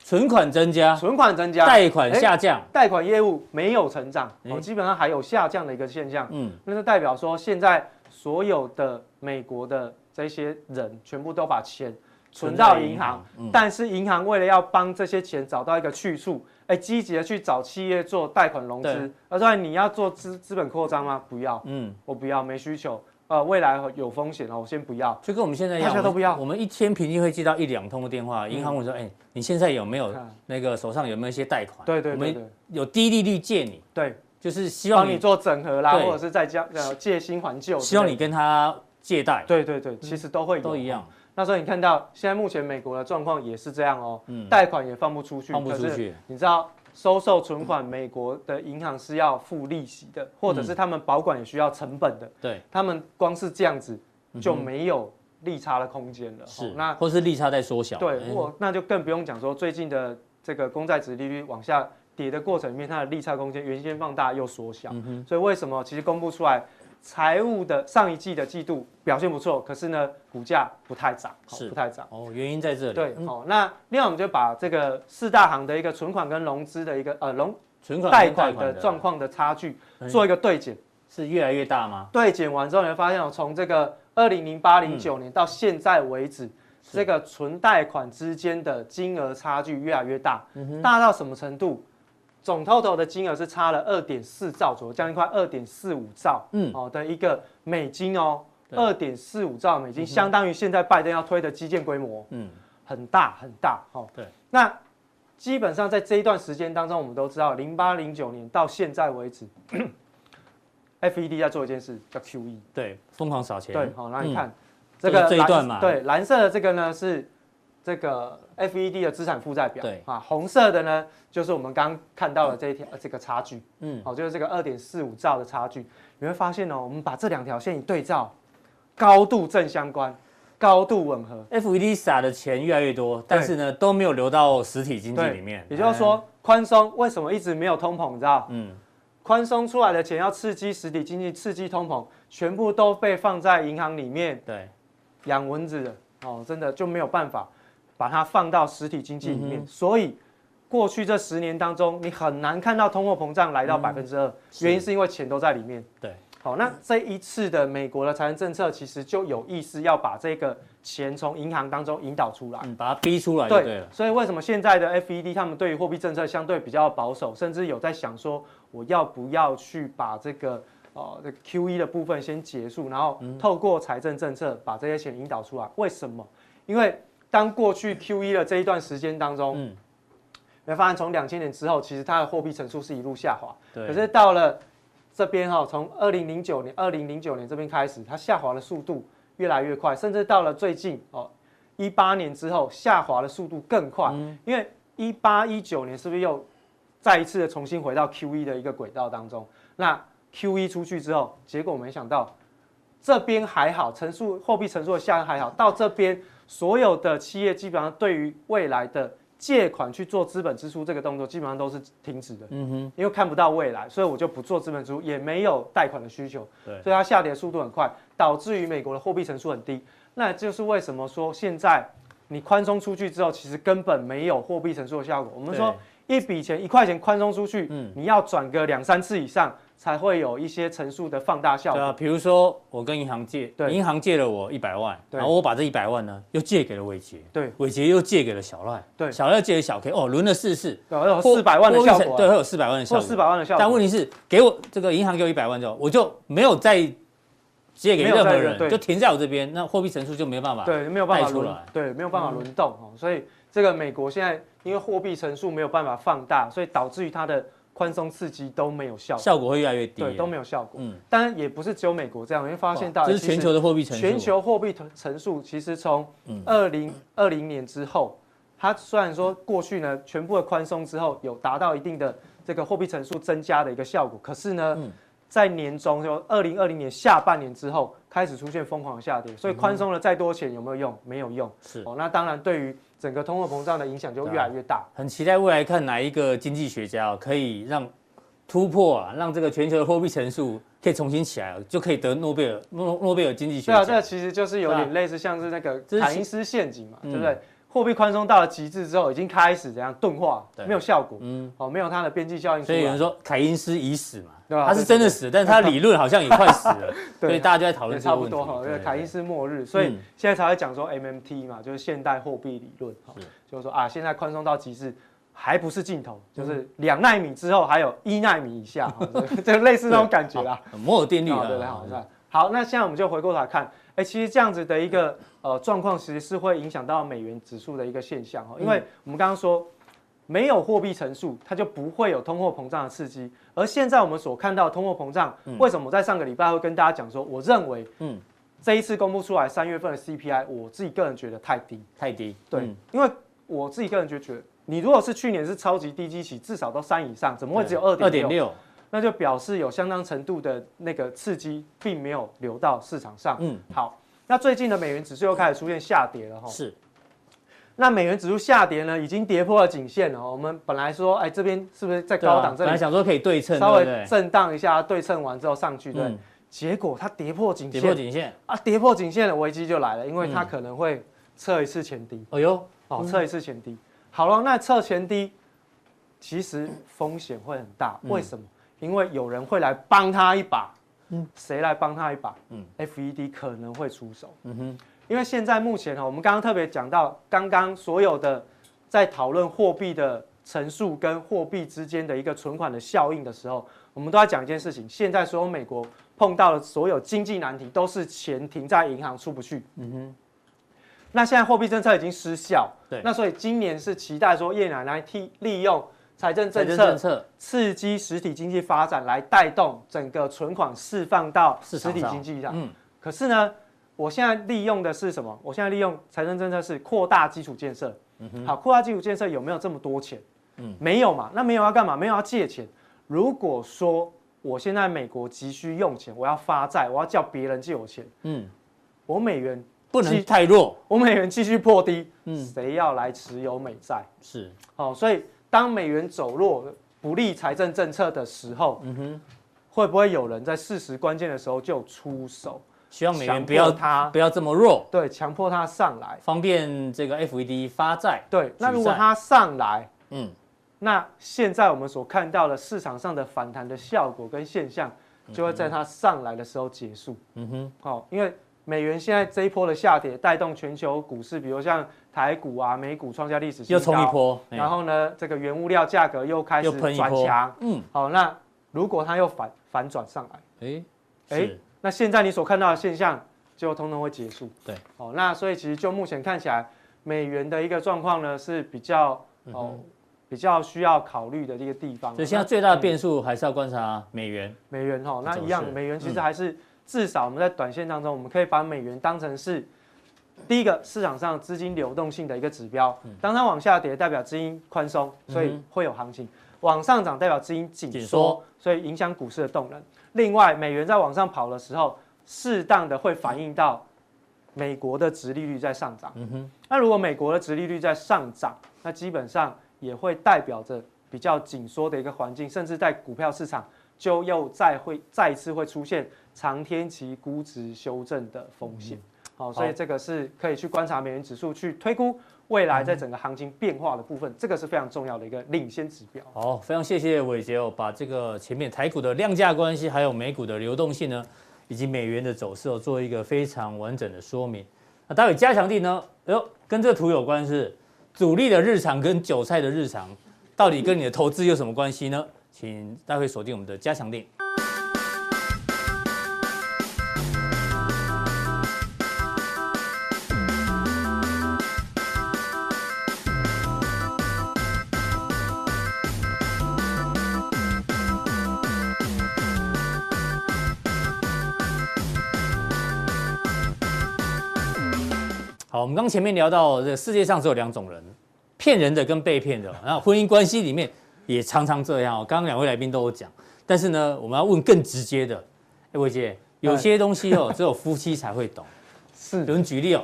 A: 存款增加，
B: 存款增加，
A: 贷款
B: 哎
A: 下降，
B: 贷款业务没有成长，
A: 哎
B: 哦，基本上还有下降的一个现象。
A: 嗯，
B: 那就代表说，现在所有的美国的这些人全部都把钱存到银行，
A: 嗯，
B: 但是银行为了要帮这些钱找到一个去处，哎，积极的去找企业做贷款融资
A: 对。
B: 而说哎你要做资资本扩张吗？不要，
A: 嗯，
B: 我不要，没需求。呃，未来有风险哦，我先不要。
A: 就跟我们现在一样，
B: 大家都不要
A: 我们一天平均会接到一两通的电话，银行问说：“哎，你现在有没有
B: 嗯
A: 那个手上有没有一些贷款？
B: 对对
A: 我
B: 对
A: 们
B: 对
A: 有低利率借你，
B: 对，
A: 就是希望
B: 帮你
A: 你
B: 做整合啦，
A: 对
B: 或者是再加呃借新还旧之类的。
A: 希望你跟他借贷，
B: 对哦对对，其实都会有
A: 都一。样，
B: 那所以你看到现在目前美国的状况也是这样哦，
A: 嗯
B: 贷款也放不出去，
A: 放不出
B: 可是
A: 去，
B: 你知道收受存款，美国的银行是要付利息的，或者是他们保管也需要成本的，
A: 嗯对，嗯
B: 他们光是这样子就没有利差的空间了。
A: 是
B: 哦，那
A: 或是利差在缩小，
B: 对
A: 哎
B: 我那就更不用讲说最近的这个公债值利率往
A: 嗯
B: 下跌的过程里面，它的利差空间原先放大又缩小，所以为什么其实公布出来财务的上一季的季度表现不错，可是呢，股价不太涨，好
A: 是
B: 不太涨。
A: 哦，原因在这里。
B: 对，
A: 嗯
B: 好、那另外我们就把这个四大行的一个存款跟融资的一个呃融
A: 存款跟
B: 贷
A: 贷
B: 款
A: 款
B: 的
A: 的哎
B: 状况的差距做一个对减，
A: 是越来越大吗？
B: 对减完之后，你会发现哦，从这个二零零八
A: 嗯
B: 零九年到现在为止，这个存贷款之间的金额差距越来越大，
A: 嗯
B: 大到什么程度？总 total 的金额是差了二点四兆左右，将近快二点四五兆，
A: 嗯
B: 哦的一个美金哦，
A: 对
B: 二点四五兆美金，相当于现在拜登要推的基建规模，
A: 嗯，
B: 很大很大，哦，
A: 对，
B: 那基本上在这一段时间当中，我们都知道，零八零九年到现在为止，FED 在做一件事叫 E QE。
A: 对，疯狂撒钱。
B: 对，好、那你
A: 嗯
B: 看、
A: 这个这一
B: 蓝
A: 段嘛
B: 对，蓝色的这个呢是这个 FED 的资产负债表，
A: 对
B: 啊，红色的呢就是我们刚刚看到的这一条、呃这个差距，
A: 嗯，
B: 好、就是这个二点四五兆的差距，你会发现哦，我们把这两条线一对照，高度正相关，高度吻合，
A: FED 撒的钱越来越多，但是呢都没有流到实体经济
B: 对
A: 里面。哎
B: 也就是说宽松为什么一直没有通膨，你知道？
A: 嗯，
B: 宽松出来的钱要刺激实体经济，刺激通膨，全部都被放在银行里面。
A: 嗯，对，
B: 养蚊子的哦，真的就没有办法把它放到实体经济里面。
A: 嗯哼
B: 所以过去这十年当中，你很难看到通货膨胀来到百分之二，
A: 嗯是嗯
B: 原因是因为钱都在里面。
A: 对，
B: 好，那这一次的美国的财政政策其实就有意识要把这个钱从银行当中引导出来。
A: 嗯，把它逼出来就对了。
B: 所以为什么现在的 FED 他们对于货币政策相对比较保守，甚至有在想说我要不要去把这个呃这个 QE 的部分先结束，然后
A: 嗯
B: 透过财政政策把这些钱引导出来？为什么？因为当过去 QE 的这一段时间当中，
A: 嗯，
B: 你会发现从两千年之后，其实它的货币乘数是一路下滑，
A: 对。
B: 可是到了这边哈、从二零零九年、二零零九年这边开始，它下滑的速度越来越快，甚至到了最近哦，一八年之后下滑的速度更快，因为一八一九年是不是又再一次的重新回到 Q E 的一个轨道当中？那 Q E 出去之后，结果没想到这边还好，乘数货币乘数的下降还好，到这边所有的企业基本上对于未来的借款去做资本支出这个动作，基本上都是停止的。
A: 嗯哼，
B: 因为看不到未来，所以我就不做资本支出，也没有贷款的需求，
A: 对
B: 所以它下跌速度很快，导致于美国的货币乘数很低。那就是为什么说现在你宽松出去之后，其实根本没有货币乘数的效果。我们说一笔钱一块钱宽松出去，
A: 嗯
B: 你要转个两三次以上才会有一些乘数的放大效
A: 对
B: 果。
A: 啊，比如说我跟银行借，
B: 对
A: 银行借了我一百万，
B: 对
A: 然后我把这一百万呢又借给了伟杰，
B: 对，
A: 伟杰又借给了小赖，
B: 对
A: 小赖借给小 K，哦，轮了四次，
B: 对，有四百万的
A: 或
B: 效果
A: 对，
B: 啊，
A: 会有四百万的效
B: 或
A: 果，
B: 四百万的效果。
A: 但问题是，给我这个银行给我一百万之后，我就没有再借给
B: 没有
A: 任
B: 再
A: 何
B: 用对
A: 人，就停在我这边，那货币乘数就没有办法。
B: 对，没有办法
A: 带出
B: 轮
A: 来，嗯
B: 对，没有办法轮动哦。所以这个美国现在因为货币乘数没有办法放大，所以导致于它的宽松刺激都没有效果，
A: 效果会越来越低。
B: 对，都没有效果。
A: 嗯
B: 当然也不是只有美国这样，你会发现到
A: 这是全球
B: 的
A: 的货币乘数。啊
B: 全球货币乘数其实从
A: 嗯
B: 二零二零年之后，它虽然说过去呢全部的宽松之后有达到一定的这个货币乘数增加的一个效果，可是呢，
A: 嗯
B: 在年中就二零二零年下半年之后开始出现疯狂的下跌，所以宽松了再多钱有没有用？没有用。
A: 嗯是啊
B: 哦，那当然对于整个通货膨胀的影响就越来越大。
A: 很期待未来看哪一个经济学家、哦、可以让突破啊，让这个全球的货币乘数可以重新起来哦，就可以得诺贝尔诺诺贝尔经济学
B: 对啊，
A: 奖。
B: 这个其实就是有
A: 对啊
B: 点类似像是那个
A: 这是
B: 凯因斯陷阱嘛，
A: 嗯
B: 对不对？货币宽松到了极致之后，已经开始怎样钝化，
A: 对
B: 没有效果，
A: 嗯，
B: 哦，没有它的边际效应出
A: 所以有人
B: 来。
A: 说凯因斯已死嘛，
B: 对啊
A: 他是真的死，但是他的理论好像也快死 了，
B: 对
A: 所
B: 啊
A: 以大家就在讨
B: 也
A: 论这
B: 差
A: 个
B: 不
A: 问题
B: 多哦哈，。
A: 对
B: 对，
A: 对
B: 凯因斯末日，所以
A: 嗯
B: 现在才会讲说 MMT 嘛，就是现代货币理论哈
A: 是，
B: 就是说啊，现在宽松到极致还不是尽头，
A: 嗯
B: 就是两纳米之后还有一纳米以下，哈 就类似那种感觉啦。
A: 摩尔定律
B: 好
A: 啊，
B: 对对好对好，那现在我们就回过头来看，哎，其实这样子的一个呃状况，其实是会影响到美元指数的一个现象哦，因
A: 嗯
B: 为我们刚刚说没有货币乘数，它就不会有通货膨胀的刺激，而现在我们所看到的通货膨胀，为什么我在上个礼拜会跟大家讲说，我认为
A: 嗯
B: 这一次公布出来三月份的 CPI，我自己个人觉得太低，
A: 太低。
B: 对，
A: 嗯
B: 因为我自己个人就觉得，你如果是去年是超级低基期，至少都三以上，怎么会只有二
A: 二
B: 点
A: 点六，
B: 那就表示有相当程度的那个刺激并没有流到市场上。
A: 嗯，
B: 好，那最近的美元指数又开始出现下跌了哈。
A: 是
B: 那美元指数下跌呢，已经跌破了颈线了哦。我们本来说，哎，这边是不是在
A: 对啊
B: 高档这
A: 本来
B: 里
A: 想说可以对称，
B: 稍
A: 对不
B: 微
A: 对
B: 震荡一下，对称完之后上去，对不对。
A: 嗯
B: 结果它跌破颈
A: 跌破
B: 线
A: 颈嗯线，
B: 啊，跌破颈线的危机就来了，因为它可能会测一次前低，
A: 哎呦，
B: 哦，测一次前低。好了，那测前低其实风险会很大，
A: 嗯
B: 为什么？因为有人会来帮他一把，嗯，谁来帮他一把？嗯，FED 可能会出手，
A: 嗯哼，
B: 因为现在目前哈，我们刚刚特别讲到，刚刚所有的在讨论货币的乘数跟货币之间的一个存款的效应的时候，我们都在讲一件事情，现在所有美国碰到的所有经济难题，都是钱停在银行出不去，
A: 嗯哼，
B: 那现在货币政策已经失效，
A: 对
B: 那所以今年是期待说叶奶奶替利用财政
A: 财政
B: 政策
A: 政策，
B: 刺激实体经济发展，来带动整个存款释放到
A: 市
B: 实
A: 场
B: 体
A: 上
B: 经济上。
A: 嗯，
B: 可是呢，我现在利用的是什么？我现在利用财政政策是扩大基础建设。好，扩大基础建设有没有这么多钱？
A: 嗯
B: 没有嘛？那没有要干嘛？没有要借钱。如果说我现在美国急需用钱，我要发债，我要叫别人借我钱，
A: 嗯，
B: 我美元
A: 不能
B: 继
A: 太弱，
B: 我美元继续破低，
A: 嗯
B: 谁要来持有美债？
A: 是，
B: 好、所以当美元走弱不利财政政策的时候，
A: 嗯哼，
B: 会不会有人在事实关键的时候就出手？
A: 希望美元不
B: 强
A: 要
B: 迫它
A: 不要这么弱，
B: 对，强迫它上来。
A: 方便这个 FED 发债，
B: 对，那
A: 举
B: 如果
A: 债
B: 它上来，
A: 嗯，
B: 那现在我们所看到的市场上的反弹的效果跟现象，就会在它上来的时候结束。
A: 嗯哼，
B: 好、因为美元现在这一波的下跌，带动全球股市，比如像台股啊、美股创下历史新
A: 又
B: 高，
A: 冲一波，哎
B: 然后呢，这个原物料价格又开始
A: 又喷一
B: 转
A: 波
B: 强。，
A: 嗯，
B: 好，那如果它又反反转上来，
A: 哎，
B: 哎
A: 是，
B: 那现在你所看到的现象就通通会结束。
A: 对，
B: 哦，那所以其实就目前看起来，美元的一个状况呢是比较哦、比较需要考虑的一个地方。
A: 嗯所以现在最
B: 嗯
A: 大的变数还是要观察美元，
B: 那美元哦，那
A: 走势嗯
B: 一样，美元其实还是、至少我们在短线当中，我们可以把美元当成是。第一个市场上资金流动性的一个指标，当它往下跌，代表资金宽松，所以
A: 嗯
B: 会有行情；往上涨代表资金紧
A: 紧缩
B: 缩，所以影响股市的动能。另外，美元在往上跑的时候，适当的会反映到美国的殖利率在上涨。
A: 嗯哼，
B: 那如果美国的殖利率在上涨，那基本上也会代表着比较紧缩的一个环境，甚至在股票市场就又再会再次会出现长天期估值修正的风险。好，所以这个是可以去观察美元指数，去推估未来在整个行情变化的部分，这个是非常重要的一个领先指标。
A: 好，非常谢谢伟杰哦，把这个前面台股的量价关系，还有美股的流动性呢，以及美元的走势哦，做一个非常完整的说明。那待会加强地呢，哎呦，跟这图有关是主力的日常跟韭菜的日常，到底跟你的投资有什么关系呢？请待会锁定我们的加强地。好，我们刚前面聊到，这个世界上只有两种人，骗人的跟被骗的。那婚姻关系里面也常常这样哦。刚刚两位来宾都有讲，但是呢，我们要问更直接的。哎，伟姐，有些东西
C: 哎
A: 哦，只有夫妻才会 懂。
B: 是
A: 有人举例哦，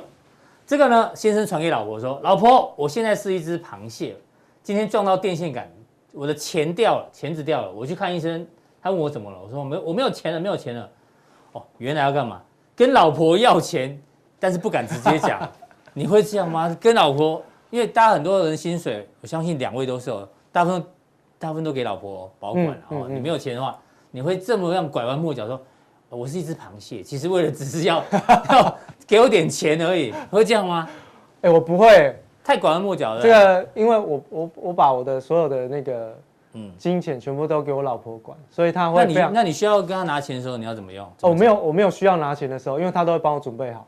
A: 这个呢，先生传给老婆说：“老婆，我现在是一只螃蟹，今天撞到电线杆，我的钱掉了，钳子掉了。我去看医生，他问我怎么了，我说我没有我没有钱了，没有钱了。哦，原来要干嘛？跟老婆要钱，但是不敢直接 讲。你会这样吗？跟老婆，因为大家很多人薪水，我相信两位都是哦，大部分大部分都给老婆保管
B: 嗯嗯
A: 哦。
B: 嗯
A: 你没有钱的话，你会这么样拐弯抹角说，呃我是一只螃蟹，其实为了只是要 要给我点钱而已，会这样吗？
B: 哎、我不会
A: 太拐弯抹角了。
B: 这个，因为我我我把我的所有的那个
A: 嗯
B: 金钱全部都给我老婆管，所以她
A: 那
B: 会
A: 你
B: 非常。
A: 那你需要跟他拿钱的时候，你要怎么用？
B: 哦，我没有，我没有需要拿钱的时候，因为她都会帮我准备好，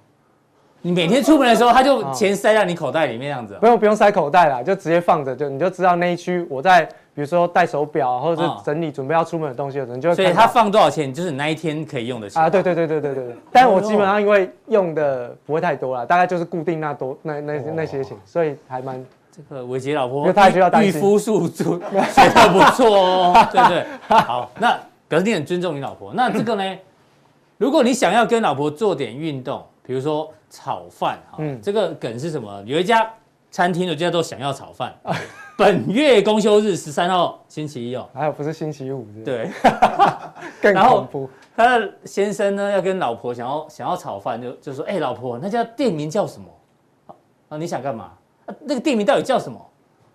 A: 你每天出门的时候，他就
B: 哦
A: 钱塞到你口袋里面这样子哦。
B: 不用不用塞口袋啦，就直接放着，就你就知道那一区我在，比如说戴手表啊或者
A: 哦
B: 是整理准备要出门的东西的时候，你就会
A: 所以
B: 看
A: 他
B: 到。
A: 放多少钱，就是你那一天可以用的钱
B: 啊，对对对对对对对，但我基本上因为用的不会太多啦，大概就是固定那多那那
A: 哦
B: 那些钱，所以还蛮
A: 这个伟呃杰老
B: 因
A: 婆
B: 为她需要担
A: 御
B: 心
A: 夫术术学的不错哦， 对不对？好，那表示你很尊重你老婆。那这个 呢？如果你想要跟老婆做点运动，比如说炒饭，哈、
B: 嗯
A: 这个梗是什么？有一家餐厅，有一家都想要炒饭，本月公休日十三号星期一哦，
B: 还有不是星期五是不是，
A: 对，
B: 更
A: 然后
B: 恐怖。
A: 他的先生呢要跟老婆想要想要炒饭，就就说：“哎、老婆，那家店名叫什么？啊，你想干嘛？啊，那个店名到底叫什么？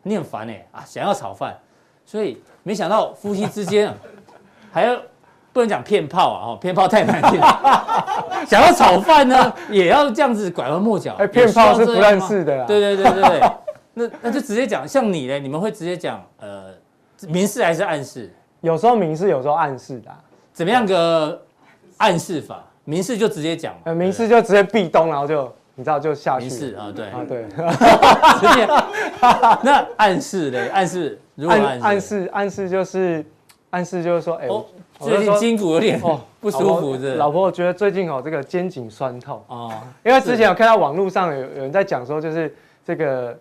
A: 你很烦哎、啊，想要炒饭，所以没想到夫妻之间啊，还要不能讲骗炮啊，哦，骗炮太难听 了想要炒饭呢，也要这样子拐弯抹角。
B: 哎骗炮
A: 有需要
B: 是不
A: 这样
B: 认
A: 吗
B: 识的啦啊
A: 对对对对对，那那就直接讲，像你嘞，你们会直接讲呃，明示还是暗示？
B: 有时候明示，有时候暗示的啊、
A: 怎么样个暗示法？明示就直接讲嘛，
B: 呃，明示就直接壁咚，然后就你知道就下去
A: 明
B: 了。
A: 示啊，对，
B: 啊，对，
A: 直接。 那暗示嘞，暗示 如果
B: 暗
A: 暗
B: 暗
A: 示，
B: 示暗示就是暗示就是说，哎、
A: 哦
B: 我，
A: 最近筋骨有点
B: 哦
A: 不舒服
B: 的。
A: 的
B: 老婆，我觉得最近哦这个肩颈酸痛，
A: 哦，
B: 因为之前有看到网络上有有人在讲说，就是这个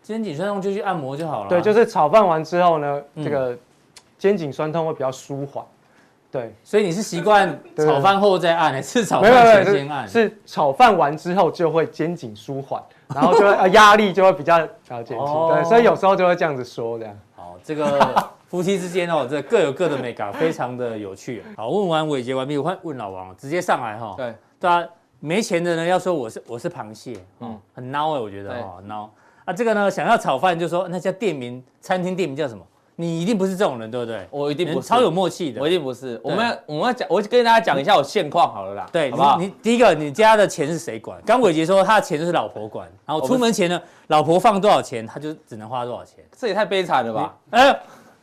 A: 肩颈酸痛就去按摩就好了啊。
B: 对，就是炒饭完之后呢，
A: 嗯
B: 这个肩颈酸痛会比较舒缓。对，
A: 所以你是习惯
B: 对
A: 炒饭后再按，还是炒
B: 没有
A: 饭
B: 没有
A: 前
B: 没
A: 先
B: 有，
A: 按？
B: 是是炒饭完之后就会肩颈舒缓， 然后就会呃压力就会比较了减轻。
A: 哦
B: 对，所以有时候就会这样子说这样。
A: 好，哦这个夫妻之间哦，这各有各的美感，非常的有趣。好，问完伟杰完毕，换问老王，直接上来哈。
C: 对，
A: 大家啊没钱的呢，要说我是我是螃蟹，哦
C: 嗯，
A: 很孬哎，我觉得
C: 对
A: 哦，很孬啊。这个呢，想要炒饭就说那家店名，餐厅店名叫什么？你一定不是这种人，对不对？
C: 我一定不
A: 人
C: 是，
A: 超有默契的
C: 我一。定不是。我们要我们要讲，我跟大家讲一下我现况好了啦，
A: 对，
C: 好不好
A: 你？你第一个，你家的钱是谁管？刚伟杰说他的钱就是老婆管，然后
C: 我
A: 出
C: 们
A: 门前呢，老婆放多少钱，他就只能花多少钱。
C: 这也太悲惨了吧！
A: 哎，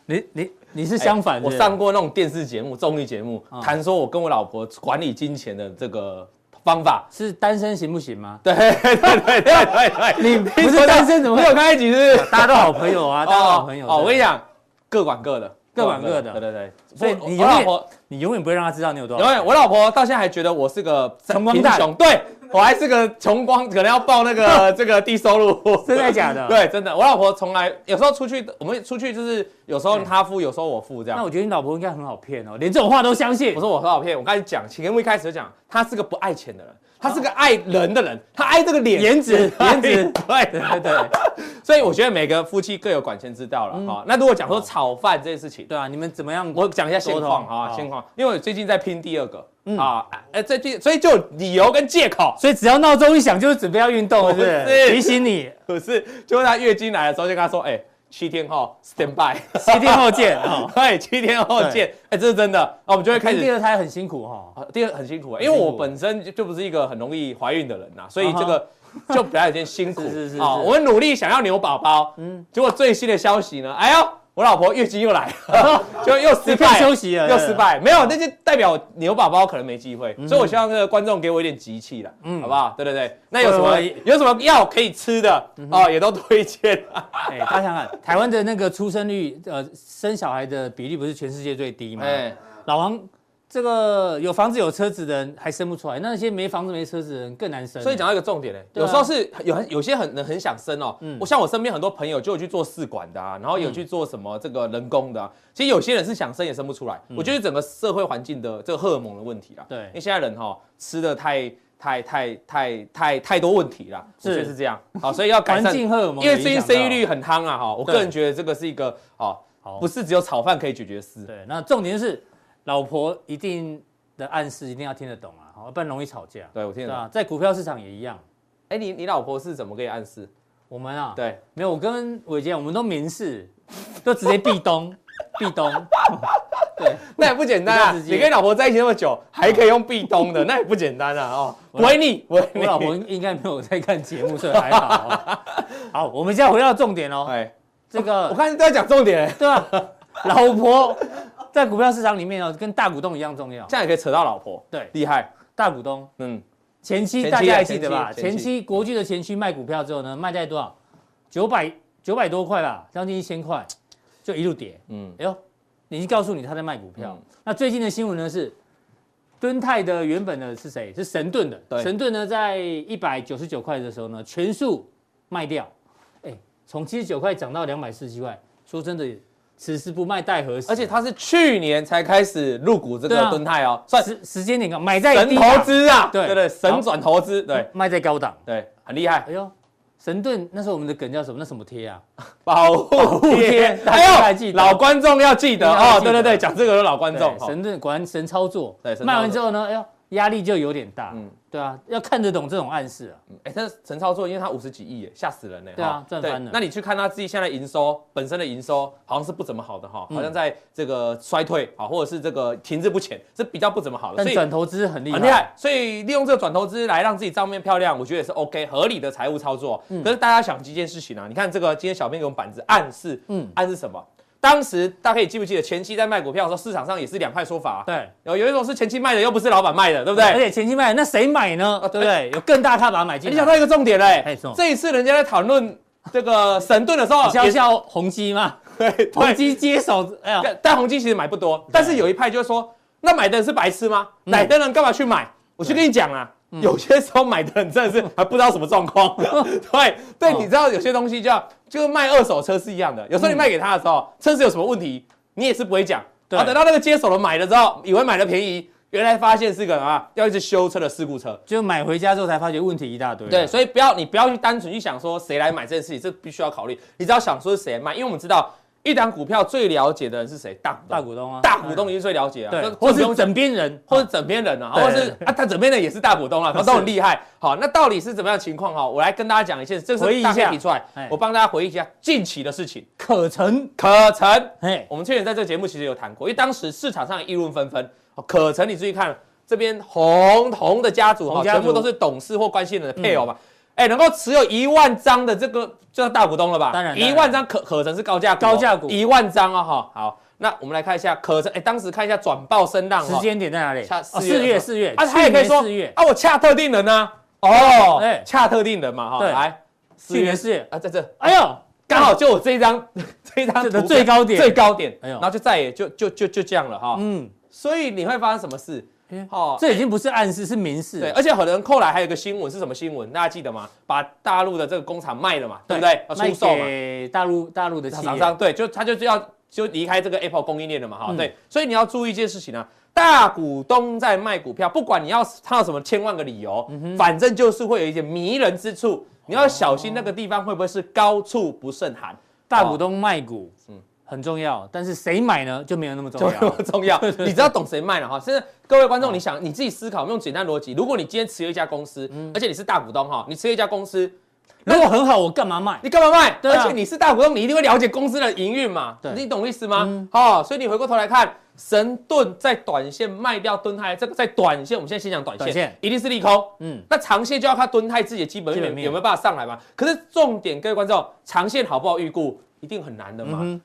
A: 你你你是相反
C: 哎
A: 的，
C: 我上过那种电视节目、综艺节目
A: 啊，
C: 谈说我跟我老婆管理金钱的这个方法。
A: 是单身行不行吗？
C: 对对对对对
A: 你
C: 对，
A: 不是单身怎么
C: 你
A: 会
C: 有？看一集是不是？
A: 大家都好朋友啊， 大家都好朋友。
C: 哦，我跟你
A: 讲，
C: 讲，各管各的，
A: 各管各的
C: 对对对，
A: 所以
C: 我
A: 你
C: 我
A: 永
C: 老
A: 远
C: 婆，
A: 你永远不会让他知道你有多
C: 因
A: 少。
C: 为我老婆到现在还觉得我是个
A: 哦穷光蛋
C: 贫穷对我还是个穷光，可能要报那个 这个低收入，
A: 真的假 的？。
C: 对，真的，我老婆从来有时候出去，我们出去就是有时候她付，有时候我付这
A: 那
C: 样。
A: 我觉得你老婆应该很好骗哦，连这种话都相信。
C: 我说我很好骗，我刚才讲，前面一开始就讲，她是个不爱钱的人，她是个爱人的人，她爱这个脸
A: 颜值颜值
C: 对，
A: 对对
C: 所以我觉得每个夫妻各有管钱之道了
A: 嗯
C: 哈、那如果讲说炒饭这件事情，
A: 对啊，你们怎么样？
C: 我讲一下现况
A: 多头
C: 啊，
A: 好嗯
C: 现况，因为我最近在拼第二个、啊，哎，最近所以就有理由跟借口，
A: 所以只要闹钟一响，就是准备要运动，是不
C: 不是
A: 是？提醒你
C: 可是就是她月经来的时候就跟她说，哎、七天后 stand by，
A: 七天后 见啊。
C: 对，七天后见，哎、这是真的，啊，我们就 会开
A: 看第
C: 始。
A: 二胎很辛苦哦哈，
C: 啊第二很辛苦、
A: 很
C: 因为
A: 辛苦
C: 我本身就就不是一个很容易怀孕的人呐、所以
A: 啊哈
C: 这个就比较有点辛苦
A: 是是是
C: 啊
A: 是
C: 我们努力想要牛宝宝，嗯，结果最新的消息呢，哎呦，我老婆月经又来 了，就又失
A: 你可以
C: 败，
A: 休息了，
C: 又
A: 对
C: 失。败，没有，那就代表牛宝宝可能没机会，所以我希望这个观众给我一点集气了，
A: 嗯
C: 好不好？对对对，那有什么
A: 会不会
C: 有什么药可以吃的
A: 嗯
C: 哦，也都推荐啊。
A: 哎，大家想想，台湾的那个出生率，呃，生小孩的比例不是全世界最低吗？
C: 哎，
A: 老王，这个有房子有车子的人还生不出来，那些没房子没车子的人更难生。
C: 所以讲到一个重点嘞，
A: 对啊
C: 有时候是有很有些很很很想生哦
A: 嗯，
C: 我像我身边很多朋友就有去做试管的啊，然后有去做什么这个人工的啊，其实有些人是想生也生不出来，我觉得整个社会环境的这个荷尔蒙的问题啦，
A: 嗯对
C: 因为现在人哈吃的太太太太太太多问题啦，
A: 是
C: 我觉得是这样，好，所以要改
A: 环
C: 善
A: 境荷尔蒙
C: 因
A: 的
C: 为
A: 影响到，
C: 最近生育率很夯啊，哈，我
A: 对
C: 个人觉得这个是一个哦，
A: 好
C: 不是只有炒饭可以解决的事。
A: 对，那重点是老婆一定的暗示一定要听得懂啊，好，不然容易吵架。
C: 对，我听
A: 对
C: 得懂。
A: 啊，在股票市场也一样。
C: 哎，你你老婆是怎么给你暗示？
A: 我们啊，
C: 对，
A: 没有，我跟伟杰我们都明示，都直接壁咚， 壁咚。
C: 那也不简 单啊！
A: 比较直接
C: 你跟老婆在一起那么久，还可以用壁咚的，那也不简单啊！哦，
A: 我
C: 不会腻，不会
A: 我
C: 腻。
A: 老婆应该没有在看节目，所以还好哦。好，我们现在回到重点哦，
C: 哎，
A: 这
C: 我
A: 个
C: 看都在讲重点，
A: 对啊，老婆在股票市场里面哦，跟大股东一样重要。
C: 这样也可以扯到老婆，
A: 对，
C: 厉害。
A: 大股东
C: 嗯，
A: 前期
C: 前期啊
A: 大家还记得吧？
C: 前期
A: 前
C: 前期
A: 期国巨的前期卖股票之后呢，卖在多少？九百九百多块吧，将近一千块，就一路跌。
C: 嗯
A: 嗯，哎呦，已经告诉你他在卖股票。
C: 嗯
A: 那最近的新闻呢是，敦泰的原本呢是谁？是神盾
C: 对
A: 的。神盾呢在一百九十九块的时候呢，全数卖掉。哎，从七十九块涨到两百四十七块，说真的，此时不卖待何时？
C: 而且他是去年才开始入股这
A: 对
C: 个
A: 啊
C: 敦泰哦，算
A: 时时间点高，买在
C: 神
A: 低档
C: 投，资啊，
A: 对
C: 对对，
A: 好
C: 嗯神转投资，对
A: 卖在高档。
C: 对，很厉害。
A: 哎呦，神盾那时候我们的梗叫什么？那什么贴啊？
C: 保护贴，
A: 大家还
C: 还
A: 记
C: 有
A: 得
C: 老观众要记得
A: 大家还
C: 哦，
A: 记得
C: 对对对，讲这个有老观众
A: 对，
C: 哦
A: 神盾果然神操作
C: 对神操，作
A: 卖完之后呢，哎呦，压力就有点大，
C: 嗯
A: 对啊，要看得懂这种暗示啊，
C: 哎，但是陈操作，因为他五十几亿耶，吓死人呢。
A: 对啊
C: 哈
A: 赚翻了
C: 对那你去看他自己现在营收本身的营收，好像是不怎么好的哈，
A: 嗯
C: 好像在这个衰退啊，或者是这个停滞不前，是比较不怎么好的。
A: 但
C: 哦所以
A: 转投资很厉害，
C: 很厉害，所以利用这个转投资来让自己账面漂亮，我觉得也是 OK 合理的财务操作。可是大家想一件事情啊，你看这个今天小编给我们板子暗示，
A: 嗯
C: 嗯，暗示什么？当时大家可以记不记得前期在卖股票的时候，市场上也是两派说法、啊，
A: 对
C: 有有一种是前期卖的，又不是老板卖的，对哦不对？
A: 而且前期卖，那谁买呢？对不对？ 有更大咖把它买
C: 哎
A: 进
C: 你讲
A: 来，
C: 到一个重点嘞、
A: 哎什么
C: 这一次人家在讨论这个神盾的时候，
A: 你笑
C: 也是
A: 笑宏基 嘛，
C: 对
A: 宏基接手，哎呀，
C: 但但宏基其实买不多，但是有一派就会说，那买的人是白痴吗？
A: 嗯
C: 买的人干嘛去买？我去跟你讲啊，有些时候买的人真的是还不知道什么状况。 对对，
A: 哦
C: 你知道有些东西就要就跟卖二手车是一样的，有时候你卖给他的时候，车子有什么问题，你也是不会讲。
A: 对
C: 然后等到那个接手了买了之后，以为买的便宜，原来发现是个啊要一直修车的事故车。
A: 就买回家之后才发觉问题一大堆啊，
C: 对，所以不要你不要去单纯去想说谁来买这件事情，这必须要考虑。你只要想说是谁来卖，因为我们知道一档股票最了解的人是谁，大股东
A: 大股东啊，
C: 大股东一定最了解啊，
A: 对，
C: 那
A: 或
C: 这不
A: 是
C: 用讲
A: 枕边人，
C: 或者枕边人啊，
A: 对
C: 或者是啊，他枕边人也是大股东啊，他都
A: 是
C: 很厉害。好，那到底是怎么样的情况哈？我来跟大家讲一些，这
A: 回忆
C: 是
A: 一
C: 大
A: 下
C: 家提出来
A: 哎，
C: 我帮大家回忆一下近期的事情。
A: 可成，
C: 可成，
A: 嘿，
C: 我们去年在这个节目其实有谈过，因为当时市场上议论纷纷。哦可成，你注意看这边红红的家族
A: 红
C: 哈，
A: 家族嗯
C: 全部都是董事或关系人的配偶嘛。哎，能够持有一万张的这个就是大股东了吧？
A: 当然当然
C: 一万张可可成是高价股哦，
A: 高价股
C: 一万张哦哈。好，那我们来看一下可成，哎，当时看一下转报声浪
A: 时
C: 哦。
A: 间点在哪里？
C: 下
A: 哦
C: 四月
A: 四月，
C: 的
A: 四月，
C: 啊，他也可以说
A: 去年四月，
C: 啊，我恰特定人呢、哦，
A: 哎
C: 恰特定人嘛，哈，
A: 对
C: 来，
A: 去年四月，
C: 啊，在这
A: 哎呦，
C: 刚好就我这一张 这一张
A: 这
C: 图
A: 的
C: 片
A: 最高点
C: 最高点，
A: 哎呦
C: 然后就再也就就就就这样了哈、
A: 嗯，
C: 所以你会发生什么事
A: 哎？
C: 哦，
A: 这已经不是暗示，是明示，
C: 对，而且可能后来还有一个新闻是什么新闻？大家记得吗？把大陆的这个工厂卖了嘛，对不对？要
A: 卖
C: 出售嘛，
A: 给大陆大陆的企
C: 厂
A: 业，
C: 商哦对，就他就是要就离开这个 Apple 供应链了嘛，哈、
A: 嗯
C: 对，所以你要注意一件事情啊，大股东在卖股票，不管你要他有什么千万个理由，
A: 嗯
C: 反正就是会有一些迷人之处，你
A: 哦
C: 要小心那个地方会不会是高处不胜寒，
A: 大股
C: 哦
A: 东卖股，嗯
C: 嗯，
A: 很重要，但是谁买呢就没有那么重
C: 就
A: 要
C: 没有
A: 了。
C: 重要，你只要懂谁卖了
A: 嗯
C: 哈。现在各位观众，你想你自己思考，用简单逻辑，如果你今天持有一家公司，
A: 嗯
C: 而且你是大股东哈，你持有一家公司，
A: 如果很好，我干嘛卖？
C: 你干嘛卖？
A: 对啊
C: 而且你是大股东，你一定会了解公司的营运嘛？
A: 对嗯
C: 你懂意思吗？哦，所以你回过头来看，神盾在短线卖掉敦泰，这个在短线，我们现在先讲短线，
A: 短线
C: 一定是利空。
A: 嗯，
C: 那长线就要看敦泰自己的基本
A: 基本
C: 面
A: 面
C: 有没有办法上来嘛？可是重点，各位观众，长线好不好预估，一定很难的嘛。
A: 嗯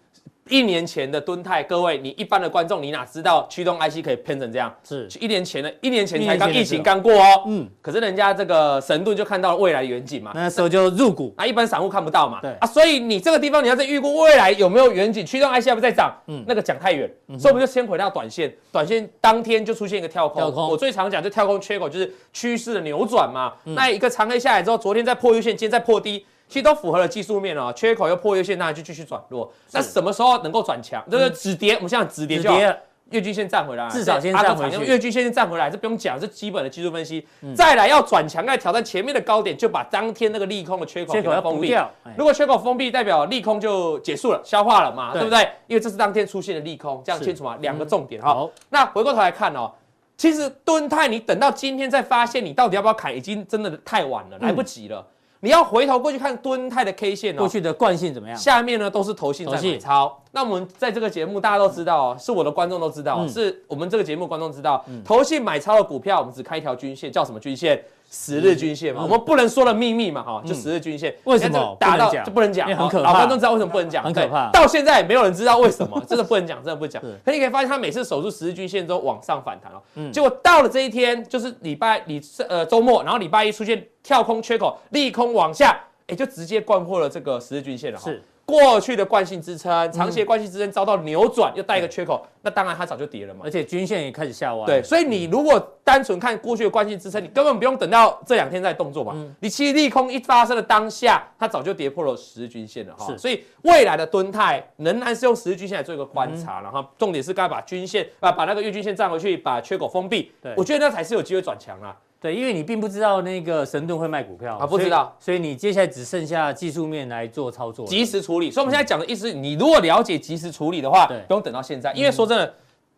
C: 一年前的敦泰，各位，你一般的观众，你哪知道驱动 IC 可以偏成这样？
A: 是，
C: 一年前的，一年前
A: 一
C: 才
A: 年前
C: 刚
A: 的
C: 疫
A: 时
C: 情
A: 候
C: 刚过哦。
A: 嗯，
C: 可是人家这个神盾就看到了未来远景嘛。
A: 那时候就入股，
C: 啊，一般散户看不到嘛。
A: 对
C: 啊，所以你这个地方你要再预估未来有没有远景驱动 IC 要不再涨，
A: 嗯
C: 那个讲太远，所以我们就先回到短线，短线当天就出现一个跳空。
A: 跳空
C: 我最常讲就跳空缺口就是趋势的扭转嘛。
A: 嗯
C: 那一个长黑下来之后，昨天在破月线，今天在破低。其实都符合了技术面哦，缺口又破月线，那就继续转弱。那什么时候能够转强？这个止跌，我们现在止
A: 嗯
C: 跌
A: 止
C: 就好。
A: 跌啊了，
C: 月均线站回来，
A: 至少先
C: 对
A: 站
C: 阿哥
A: 回去嗯
C: 常用月均线站回来，这不用讲，这基本的技术分析。再来要转强，要挑战前面的高点，就把当天那个利空的缺口
A: 缺
C: 给
A: 口
C: 它
A: 要
C: 封
A: 补
C: 闭。
A: 掉，哎
C: 如果缺口封闭，代表利空就结束了，消化了嘛，
A: 对
C: 对不对？因为这是当天出现的利空，这样
A: 是
C: 清楚吗？两个
A: 嗯
C: 重点哈。
A: 好，
C: 那回过头来看哦，其实敦泰你等到今天再发现你到底要不要砍，已经真的太晚了，来不及了。你要回头过去看敦泰的 K 线
A: 嗯
C: 哦
A: 过，去的惯性怎么样？
C: 下面呢都是投信在
A: 投信
C: 买超。那我们在这个节目大家都知道哦，是我的观众都知道哦，
A: 嗯
C: 是我们这个节目观众知道，投信买超的股票，我们只看一条均线，叫什么均线？十日均线嘛，
A: 嗯
C: 我们不能说的秘密嘛，哈，就十日均线。
A: 为什么
C: 因这个打
A: 不能
C: 到
A: 讲
C: 就不能讲？
A: 因为很
C: 哈
A: 可怕
C: 老观众知道为什么不能讲，
A: 很可怕
C: 对到现在也没有人知道为什么， 真的不能讲，真的不能讲
A: 是。
C: 可你可以发现，它每次守住十日均线之后往上反弹哦，
A: 嗯
C: 结果到了这一天，就是礼拜礼呃周末，然后礼拜一出现跳空缺口，利空往下，哎，就直接灌破了这个十日均线了。哈
A: 是
C: 过去的惯性支撑，
A: 嗯
C: 长期的惯性支撑遭到扭转，又带一个缺口，那当然它早就跌了嘛
A: 而。且均线也开始下弯，
C: 对，，所以你如果单纯看过去的惯性支撑，你根本不用等到这两天再动作嘛。
A: 嗯
C: 你其实利空一发生的当下，它早就跌破了十日均线了哈
A: 是。
C: 所以未来的蹲态仍然是用十日均线来做一个观察，然
A: 嗯
C: 后重点是该把均线啊把那个月均线站回去，把缺口封闭
A: 对。
C: 我觉得那才是有机会转强啦。
A: 对，因为你并不知道那个神盾会卖股票
C: 啊不知道
A: 所以，所以你接下来只剩下技术面来做操作了。
C: 及时处理。所以我们现在讲的意思是，你如果了解及时处理的话
A: 对，嗯
C: 不用等到现在，因为说真的。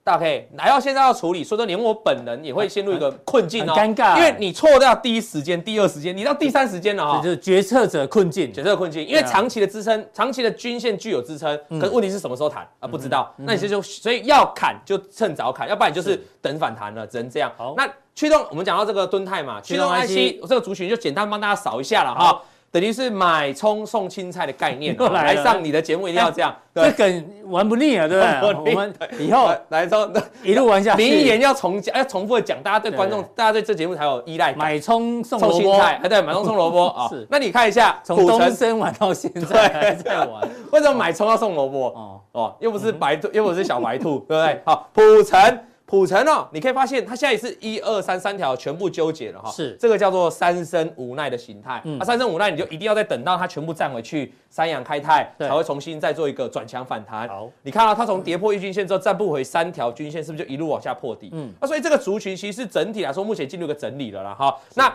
C: 大 K 来到现在要处理，说真的，连我本人也会陷入一个困境哦，
A: 很很尴尬
C: 因为你错掉第一时间、第二时间，你到第三时间了哦
A: 这
C: 哈、
A: 就是决策者困境。
C: 决策困境，因
A: 对
C: 为
A: 啊
C: 长期的支撑，长期的均线具有支撑，
A: 嗯
C: 可是问题是什么时候谈啊？不知道。那你就就所以要砍就趁早砍，要不然就是等反弹了，只能这样
A: 好。
C: 那驱动我们讲到这个敦泰嘛，驱
A: 驱
C: 动
A: 动
C: IC
A: IC
C: 这个族群就简单帮大家扫一下了哈，等于是买葱送青菜的概念啊，
A: 又来
C: 来
A: 了
C: 上你的节目一定要这样。
A: 这
C: 对，
A: 梗玩不腻啊，对不
C: 玩不腻
A: 对？我们以后
C: 来来之后
A: 一路玩下去。
C: 名言要重讲，要重复的讲，大家对观众
A: 对，
C: 大家对这节目才有依 赖感。
A: 买葱送
C: 送
A: 萝
C: 青
A: 卜，
C: 菜，哎，对，买葱送萝卜啊
A: 是。
C: 那你看一下
A: 从
C: 古
A: 东
C: 城
A: 升玩到现在还在玩。
C: 为什么买葱要送萝卜？
A: 哦，
C: 哦，又不是白 兔，又不是小白兔，对不对？好，普城，普城哦，你可以发现它现在是一二三三条全部纠结了哈、
A: 是
C: 这个叫做三生无奈的形态。
A: 嗯
C: 啊，三生无奈你就一定要再等到它全部站回去，三阳开泰
A: 对
C: 才会重新再做一个转强反弹。
A: 好，
C: 你看啊，它从跌破一均线之后站不回三条均线，是不是就一路往下破底？嗯
A: 嗯，
C: 那所以这个族群其实整体来说目前进入一个整理了啦哈。那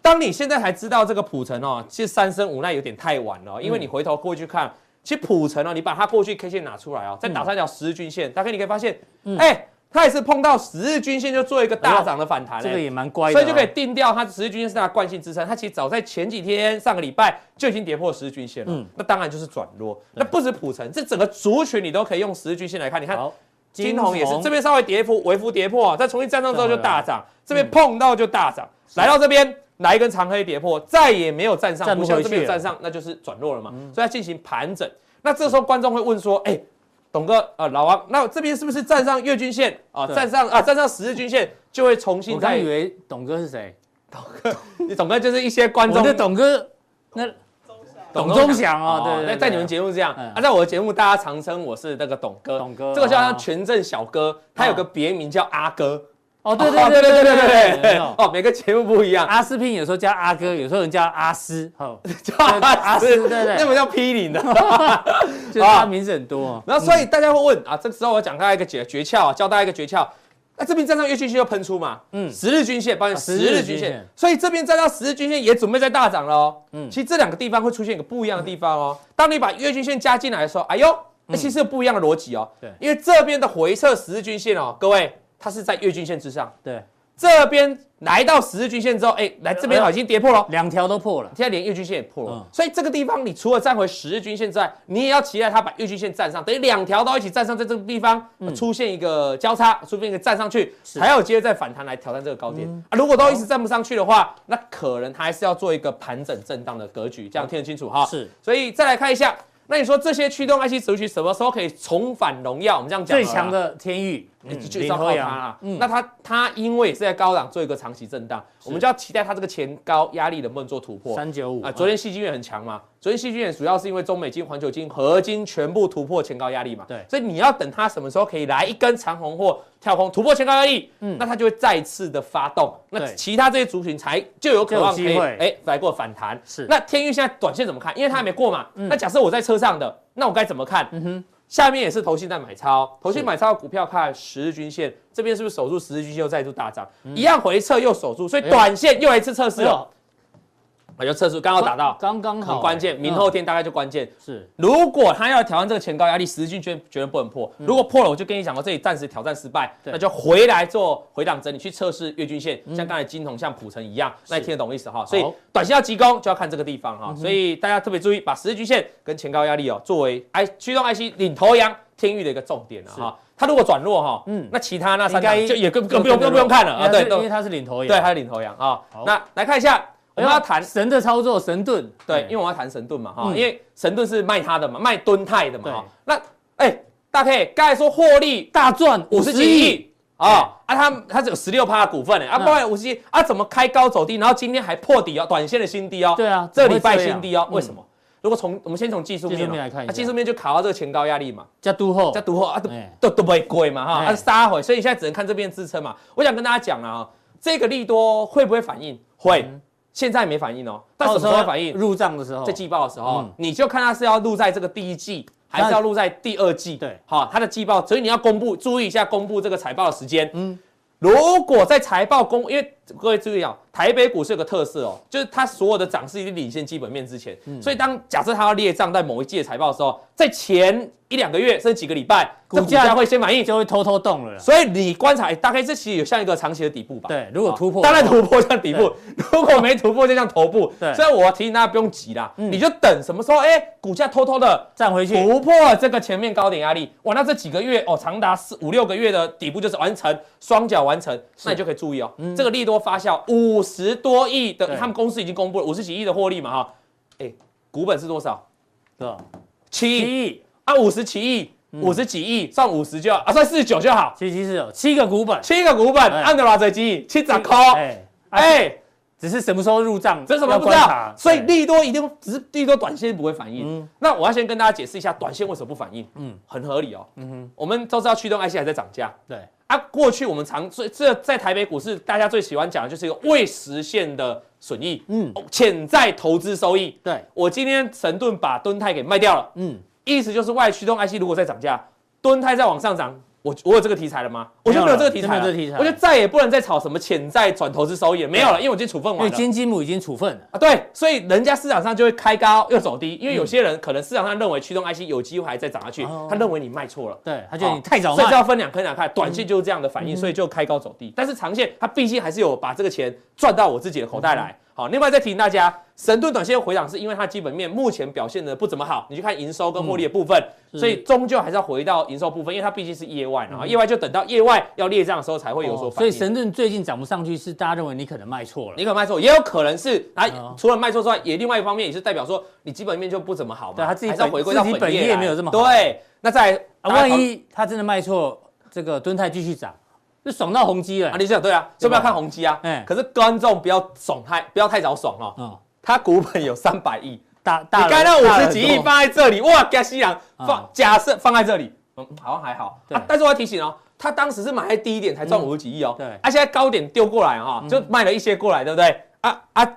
C: 当你现在才知道这个普城哦，其实三生无奈有点太晚
A: 嗯
C: 了哦，因为你回头过去看，其实普城哦，你把它过去 K 线拿出来哦，再
A: 嗯
C: 打三条十日均线，大概你可以发现，哎，它也是碰到十日均线就做一个大涨的反弹
A: 哎
C: 哎
A: 这个
C: 嘞。
A: 也蛮乖的
C: 所
A: 哦，
C: 以就可以定掉它十日均线是它的惯性支撑，它其实早在前几天上个礼拜就已经跌破十日均线了，
A: 嗯
C: 那当然就是转弱。那不止普城，这整个族群你都可以用十日均线来看，你看
A: 好。
C: 金红也是这边稍微跌幅微幅跌破、啊，再重新站上之后就大涨，
A: 嗯
C: 这边碰到就大涨，来到这边来一根长黑跌破，再也没有站上，
A: 站不
C: 像
A: 回
C: 这
A: 去
C: 边有
A: 了
C: 站上，那就是转弱了嘛，
A: 嗯
C: 所以要进行盘整。那这时候观众会问说，哎、董哥，呃，老王，那这边是不是站上月均线啊？
A: 对
C: 站上啊，站上十日均线就会重新
A: 我刚
C: 再
A: 以为董哥是谁，
C: 你董哥就是一些观
A: 我
C: 众
A: 的董哥，那董忠祥哦，对对
C: 在
A: 对，
C: 在你们节目是这样，
A: 嗯
C: 啊，在我的节目大家常称我是那个董哥，
A: 董哥
C: 这个叫他
A: 哦
C: 全镇小哥，他有个别名叫阿哥，
A: 哦，对
C: 哦
A: 对对对对对对，有没有
C: 哦，每个节目不一样，
A: 阿斯拼有时候叫阿哥，有时候人叫阿斯， 哦，
C: 叫阿斯，
A: 对对对对
C: 那不叫批林的。
A: 就是他名字很多哦。
C: 然后所以大家会问啊，这时候我讲大家一个诀诀窍啊，教大家一个诀窍。那这边站上月均线就喷出嘛，嗯，
A: 嗯
C: 十日均线，抱歉，
A: 啊
C: 十
A: 十
C: 日
A: 日
C: 均
A: 均
C: 线
A: 线，
C: 所以这边站到十日均线也准备在大涨了哦。嗯，
A: 嗯
C: 其实这两个地方会出现一个不一样的地方哦。当你把月均线加进来的时候，哎呦，那其实有不一样的逻辑哦。
A: 对
C: 因为这边的回撤十日均线哦，各位，它是在月均线之上，
A: 对，
C: 这边来到十日均线之后，哎，来这边好已经跌破了哦。
A: 两条都破了，
C: 现在连月均线也破了，
A: 嗯
C: 所以这个地方你除了站回十日均线之外，你也要期待它把月均线站上，等于两条都一起站上，在这个地方、
A: 嗯
C: 呃出现一个交叉，出现一个站上去，才有机会再反弹来挑战这个高点、啊。如果都一直站不上去的话，那可能它还是要做一个盘整震荡的格局，这样听得清楚哈。
A: 是，
C: 所以再来看一下，那你说这些驱动 IC 族群什么时候可以重返荣耀？我们这样啊讲好
A: 最
C: 了啦
A: 强的天域，
C: 欸
A: 嗯
C: 就是要靠它啦。那它它因为也是在高档做一个长期震荡，我们就要期待它这个前高压力能不能做突破。
A: 三九五哦
C: 啊，昨天戏剧院很强嘛，昨天戏剧院主要是因为中美金、环球金、合金全部突破前高压力嘛，
A: 对
C: 所以你要等它什么时候可以来一根长红或跳空突破前高压力，嗯，那它就会再次的发动，那
A: 对
C: 其他这些族群才就有渴望可
A: 就有
C: 以
A: 机会
C: 哎来过反弹。
A: 是嗯
C: 那天域现在短线怎么看？因为它还没过嘛，那假设我在车上的，那我该怎么看？嗯哼。下面也是投信在买超，投信买超的股票看十日均线，这边是不是守住十日均线又再度大涨？一样回撤又守住，所以
A: 嗯哎呦
C: 短线又一次测试
A: 哎
C: 了
A: 呦，
C: 我就测试刚好打到，
A: 刚刚好
C: 很
A: 欸，
C: 关键，
A: 嗯
C: 明后天大概就关键。
A: 是
C: 如果他要挑战这个前高压力，十日均绝绝对不能破。如果破了，我就跟你讲过，这里暂时挑战失败，
A: 嗯对嗯
C: 那就回来做回档整理，去测试月均线，像刚才金统、像普成一样，那你听得懂意思哈？所以
A: 好嗯
C: 短线要急攻就要看这个地方哈。所以大家特别注意，把十日均线跟前高压力哦作为 I 驱动 IC 领头羊天域的一个重点了哈。它如果转弱哈，嗯
A: 嗯，
C: 那其他那三
A: 应该
C: 档就也更更不用更不用看了啊，
A: 因为
C: 对
A: 它是因为它是
C: 对
A: 领头羊，
C: 对，它是领头羊啊
A: 好。
C: 那来看一下，我
A: 哎呦，
C: 们要谈
A: 神的操作，神盾，
C: 对，
A: 哎
C: 因为我要谈神盾嘛哈，
A: 嗯
C: 因为神盾是卖他的嘛，卖敦泰的嘛
A: 对
C: 哈。那哎，大 K 刚才说获利
A: 大赚
C: 五
A: 五
C: 十
A: 十
C: 几
A: 亿，
C: 亿啊啊，他他只有十六趴的股份呢啊，
A: 嗯
C: 不然五十亿啊，怎么开高走低，然后今天还破底哦，短线的新低哦，
A: 对啊
C: 这
A: 怎么
C: 礼
A: 会
C: 拜
A: 这样
C: 新低哦，
A: 嗯
C: 为什么？如果从我们先从技术面
A: 技
C: 哦
A: 术面来看一下
C: 啊技术面就卡到这个前高压力嘛，
A: 加都后
C: 在，读后啊都
A: 哎
C: 都都不会贵嘛哈，
A: 哎
C: 啊杀回，所以你现在只能看这边支撑嘛。我想跟大家讲啊，这个利多会不会反应？会，
A: 嗯
C: 现在没反应哦，但什么时候会反应？
A: 入账的时候，
C: 在季报的时候，
A: 嗯
C: 你就看它是要录在这个第一季，还是要录在第二季？
A: 对
C: 好，它的季报，所以你要公布，注意一下公布这个财报的时间。嗯，如果在财报公，因为各位注意啊，台北股市有个特色哦，就是它所有的涨势一定领先基本面之前，
A: 嗯
C: 所以当假设它要列账在某一季的财报的时候，在前一两个月甚至几个礼拜，
A: 股
C: 这
A: 价
C: 会先反应。
A: 就会偷偷动了啦。
C: 所以你观察，哎大概这期有像一个长期的底部吧？啊
A: 对如果突破
C: 当然突破像底部；如果没突破，就像头部。
A: 对嗯
C: 所以我提醒大家不用急啦，你就等什么时候，哎，股价偷偷的
A: 站回去，
C: 突破这个前面高点压力，哇，那这几个月哦，长达四五六个月的底部就是完成双脚完成，那你就可以注意哦，这个利多发酵五十多亿的
A: 嗯对，
C: 他们公司已经公布了五十几亿的获利嘛哈，哎，股本是多少？
A: 对吧？
C: 七亿
A: 七亿，嗯
C: 啊，五十七亿，五十几亿，算五十就好啊，算四十九就好，
A: 其实其实有七个股本，
C: 七个股本
A: 哎
C: 按着偌济钱，七十块，
A: 哎，
C: 哎。
A: 只是什么时候入账，
C: 这什
A: 哎
C: 么
A: 要
C: 不知
A: 观
C: 道
A: 察？，
C: 所以
A: 对
C: 利多一定只是利多短线不会反应。
A: 嗯
C: 那我要先跟大家解释一下，短线为什么不反应？
A: 嗯
C: 嗯，很合理哦。嗯哼，我们都知道驱动 IC 还在涨价
A: 对
C: 啊。过去我们常最这在台北股市，大家最喜欢讲的就是一个未实现的损益，
A: 嗯
C: 嗯，潜在投资收益。
A: 对，
C: 我今天神盾把敦泰给卖掉了，
A: 嗯，
C: 意思就是外驱动 IC 如果再涨价，敦泰再往上涨，我我有这个题材了吗？我就没有这个题材
A: 没有
C: 了，
A: 了就没有这个题材
C: 我就再也不能再炒什么潜在转投资收益了，没有了，因为我已经处分
A: 因
C: 完
A: 为
C: 了。
A: 金鸡母已经处分了，
C: 啊，对，所以人家市场上就会开高又走低，因为有些人可能市场上认为驱动 IC 有机会还在涨下去，
A: 哦
C: 他认为你卖错了。
A: 对，他觉得
C: 好
A: 你太早
C: 哦所以这
A: 卖，哦嗯
C: 要分两坑两看，短线就是这样的反应，所以就开高走低。但是长线，它毕竟还是有把这个钱赚到我自己的口袋
A: 嗯
C: 来。好，另外再提醒大家，神盾短线回档是因为它基本面目前表现的不怎么好，你去看营收跟获利的部分，
A: 嗯
C: 所以终究还是要回到营收部分，因为它毕竟是业外啊，业外就等到业外要列账的时候才会有所
A: 哦
C: 反
A: 所
C: 应。
A: 以神盾最近涨不上去，是大家认为你可能卖错了
C: 你，可能卖错，也有可能是啊
A: 哦，
C: 除了卖错之外，也另外一方面也是代表说你基本面就不怎么好嘛，
A: 对他自己
C: 还是要
A: 本
C: 回归到
A: 自己本
C: 业
A: 业
C: 来
A: 没有这么好
C: 对，那再来
A: 啊，万一他真的卖错，这个敦泰继续涨，就爽到宏基
C: 啊，
A: 了，
C: 你想对啊，
A: 对吧
C: 所以不要看宏基啊
A: 哎，
C: 可是观众不要爽太不要太早爽哦，
A: 哦，
C: 他股本有三百亿，
A: 大
C: 你
A: 大
C: 看到
A: 了大
C: 五
A: 了
C: 十几亿
A: 很多
C: 放在这里，哇，加西洋放
A: 啊
C: 假设放在这里，嗯，好像还好
A: 对
C: 啊，但是我要提醒哦。他当时是买在低点才赚
A: 嗯
C: 五十几亿哦，
A: 对嗯
C: 啊，现在高点丢过来哈、就卖了一些过来，对不对？啊啊，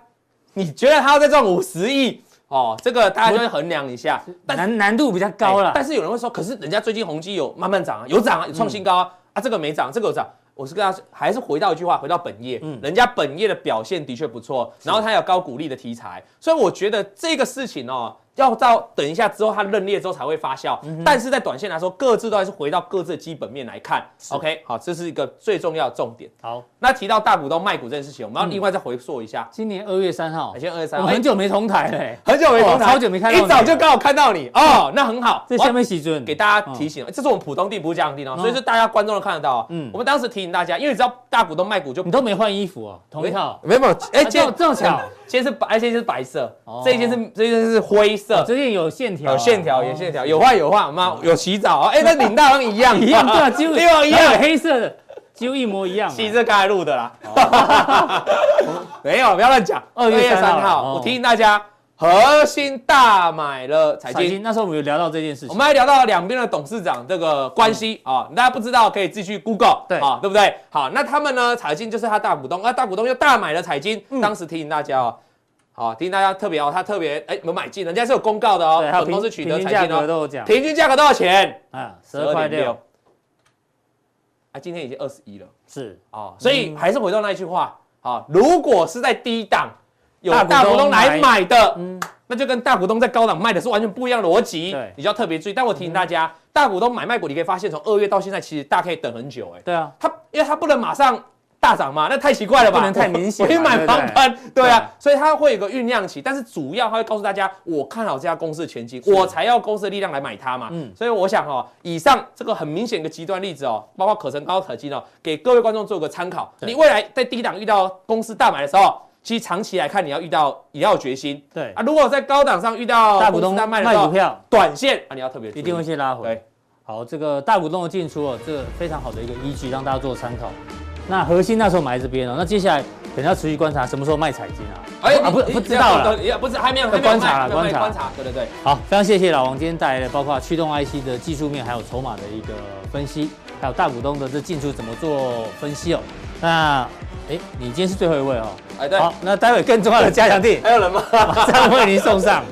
C: 你觉得他要再赚五十亿哦？这个大家就会衡量一下，但
A: 难难度比较高嗯了
C: 哎，但是有人会说，可是人家最近宏基有慢慢涨啊，有涨啊，有创新高啊，啊这个没涨，这个有涨。我是跟他还是回到一句话，回到本业，
A: 嗯
C: 人家本业的表现的确不错，然后他有高股利的题材，所以我觉得这个事情哦，要到等一下之后他认列之后才会发酵，
A: 嗯
C: 但是在短线来说，各自都还是回到各自的基本面来看。OK，好，这是一个最重要的重点。
A: 好，
C: 那提到大股东卖股这件事情，我们要另外再回溯一下。
A: 今年二月三号
C: 两，千二
A: 我
C: 三，
A: 们
C: 哎
A: 很久没同台了欸，
C: 很久没
A: 哇
C: 通常
A: 好久没看到你
C: 一早就刚好看到你哦，那很好。
A: 这
C: 我要
A: 下面喜尊
C: 给大家提醒，这是我们浦东地，不是嘉阳地哦，
A: 嗯
C: 所以是大家观众都看得到。
A: 嗯
C: 嗯，我们当时提醒大家，因为你知道大股东卖股就
A: 你都没换衣服哦，同一套，
C: 没有没有，哎，
A: 啊这么这么巧，
C: 今天是白，哎今天是白色
A: 哦，
C: 这一件是这一件是灰
A: 哦
C: 色，
A: 这件有线条啊，
C: 有线条有
A: 哦
C: 线条，有画有画，妈有洗澡啊，哎，那领带好像一样
A: 一样对啊， 几乎
C: 一模一样
A: 还有黑色的，几乎一模一样 啊。
C: 洗这该录的啦。 没有，不要乱讲。
A: 2月3号哦
C: 我提醒大家，核心大买了彩
A: 彩
C: 金
A: 金。那时候我们有聊到这件事
C: 我
A: 情，嗯
C: 们还聊到两边的董事长这个关系啊，大家不知道可以继续 Google，
A: 对
C: 啊，对不对？好，那他们呢，彩金就是他大股东，那啊大股东又大买了彩金，
A: 嗯
C: 当时提醒大家哦。好，提醒大家特别哦，他特别哎有买进，人家是有公告的哦
A: 对，还有
C: 本
A: 平
C: 公司取
A: 平
C: 得
A: 均
C: 彩
A: 价
C: 金
A: 格
C: 哦，
A: 都有讲
C: 平均价格多少钱？
A: 啊，十二块
C: 12.6
A: 六
C: 啊，今天已经二十一了
A: 是
C: 哦，所以还是回到那一句话，好，如果是在低档有
A: 大股东
C: 大股东来
A: 买
C: 买的，
A: 嗯
C: 那就跟大股东在高档卖的是完全不一样的逻辑
A: 对，
C: 你就要特别注意。但我提醒大家，大股东买卖股，你可以发现从二月到现在，其实大家可以等很久、哎，
A: 对啊，
C: 它因为它不能马上大涨嘛，那太奇怪了吧？
A: 不能太明显嘛
C: 我我一
A: 对
C: 买
A: 不对
C: 盲喷，对啊，所以它会有个酝酿期，但是主要它会告诉大家，我看好这家公司的前景，我才要公司的力量来买它嘛。
A: 嗯
C: 所以我想哦，以上这个很明显的极端例子哦，包括可成高可金哦，给各位观众做个参考。
A: 对
C: 你未来在低档遇到公司大买的时候。其实长期来看，你要遇到也要有决心，
A: 对
C: 啊，，如果在高档上遇到
A: 大股东
C: 公司在卖的
A: 卖
C: 时候
A: 股，票
C: 短线啊，你要特别注意
A: 一定会先拉回。
C: 对。
A: 好，这个大股东的进出哦，这个非常好的一个依据，让大家做参考。那核心那时候买在这边哦，那接下来可能要持续观察什么时候卖彩金啊？
C: 哎
A: 啊不不知道了。，
C: 也不是还没有
A: 还没有观察啦
C: 观
A: 观察
C: 察观察，对对对。
A: 好，非常谢谢老王今天带来的包括驱动 IC 的技术面，还有筹码的一个分析，还有大股东的这进出怎么做分析哦。那哎，你今天是最后一位哦。
C: 哎对
A: 好，那待会更重要的加强地
C: 还有人吗？
A: 马上为您送上。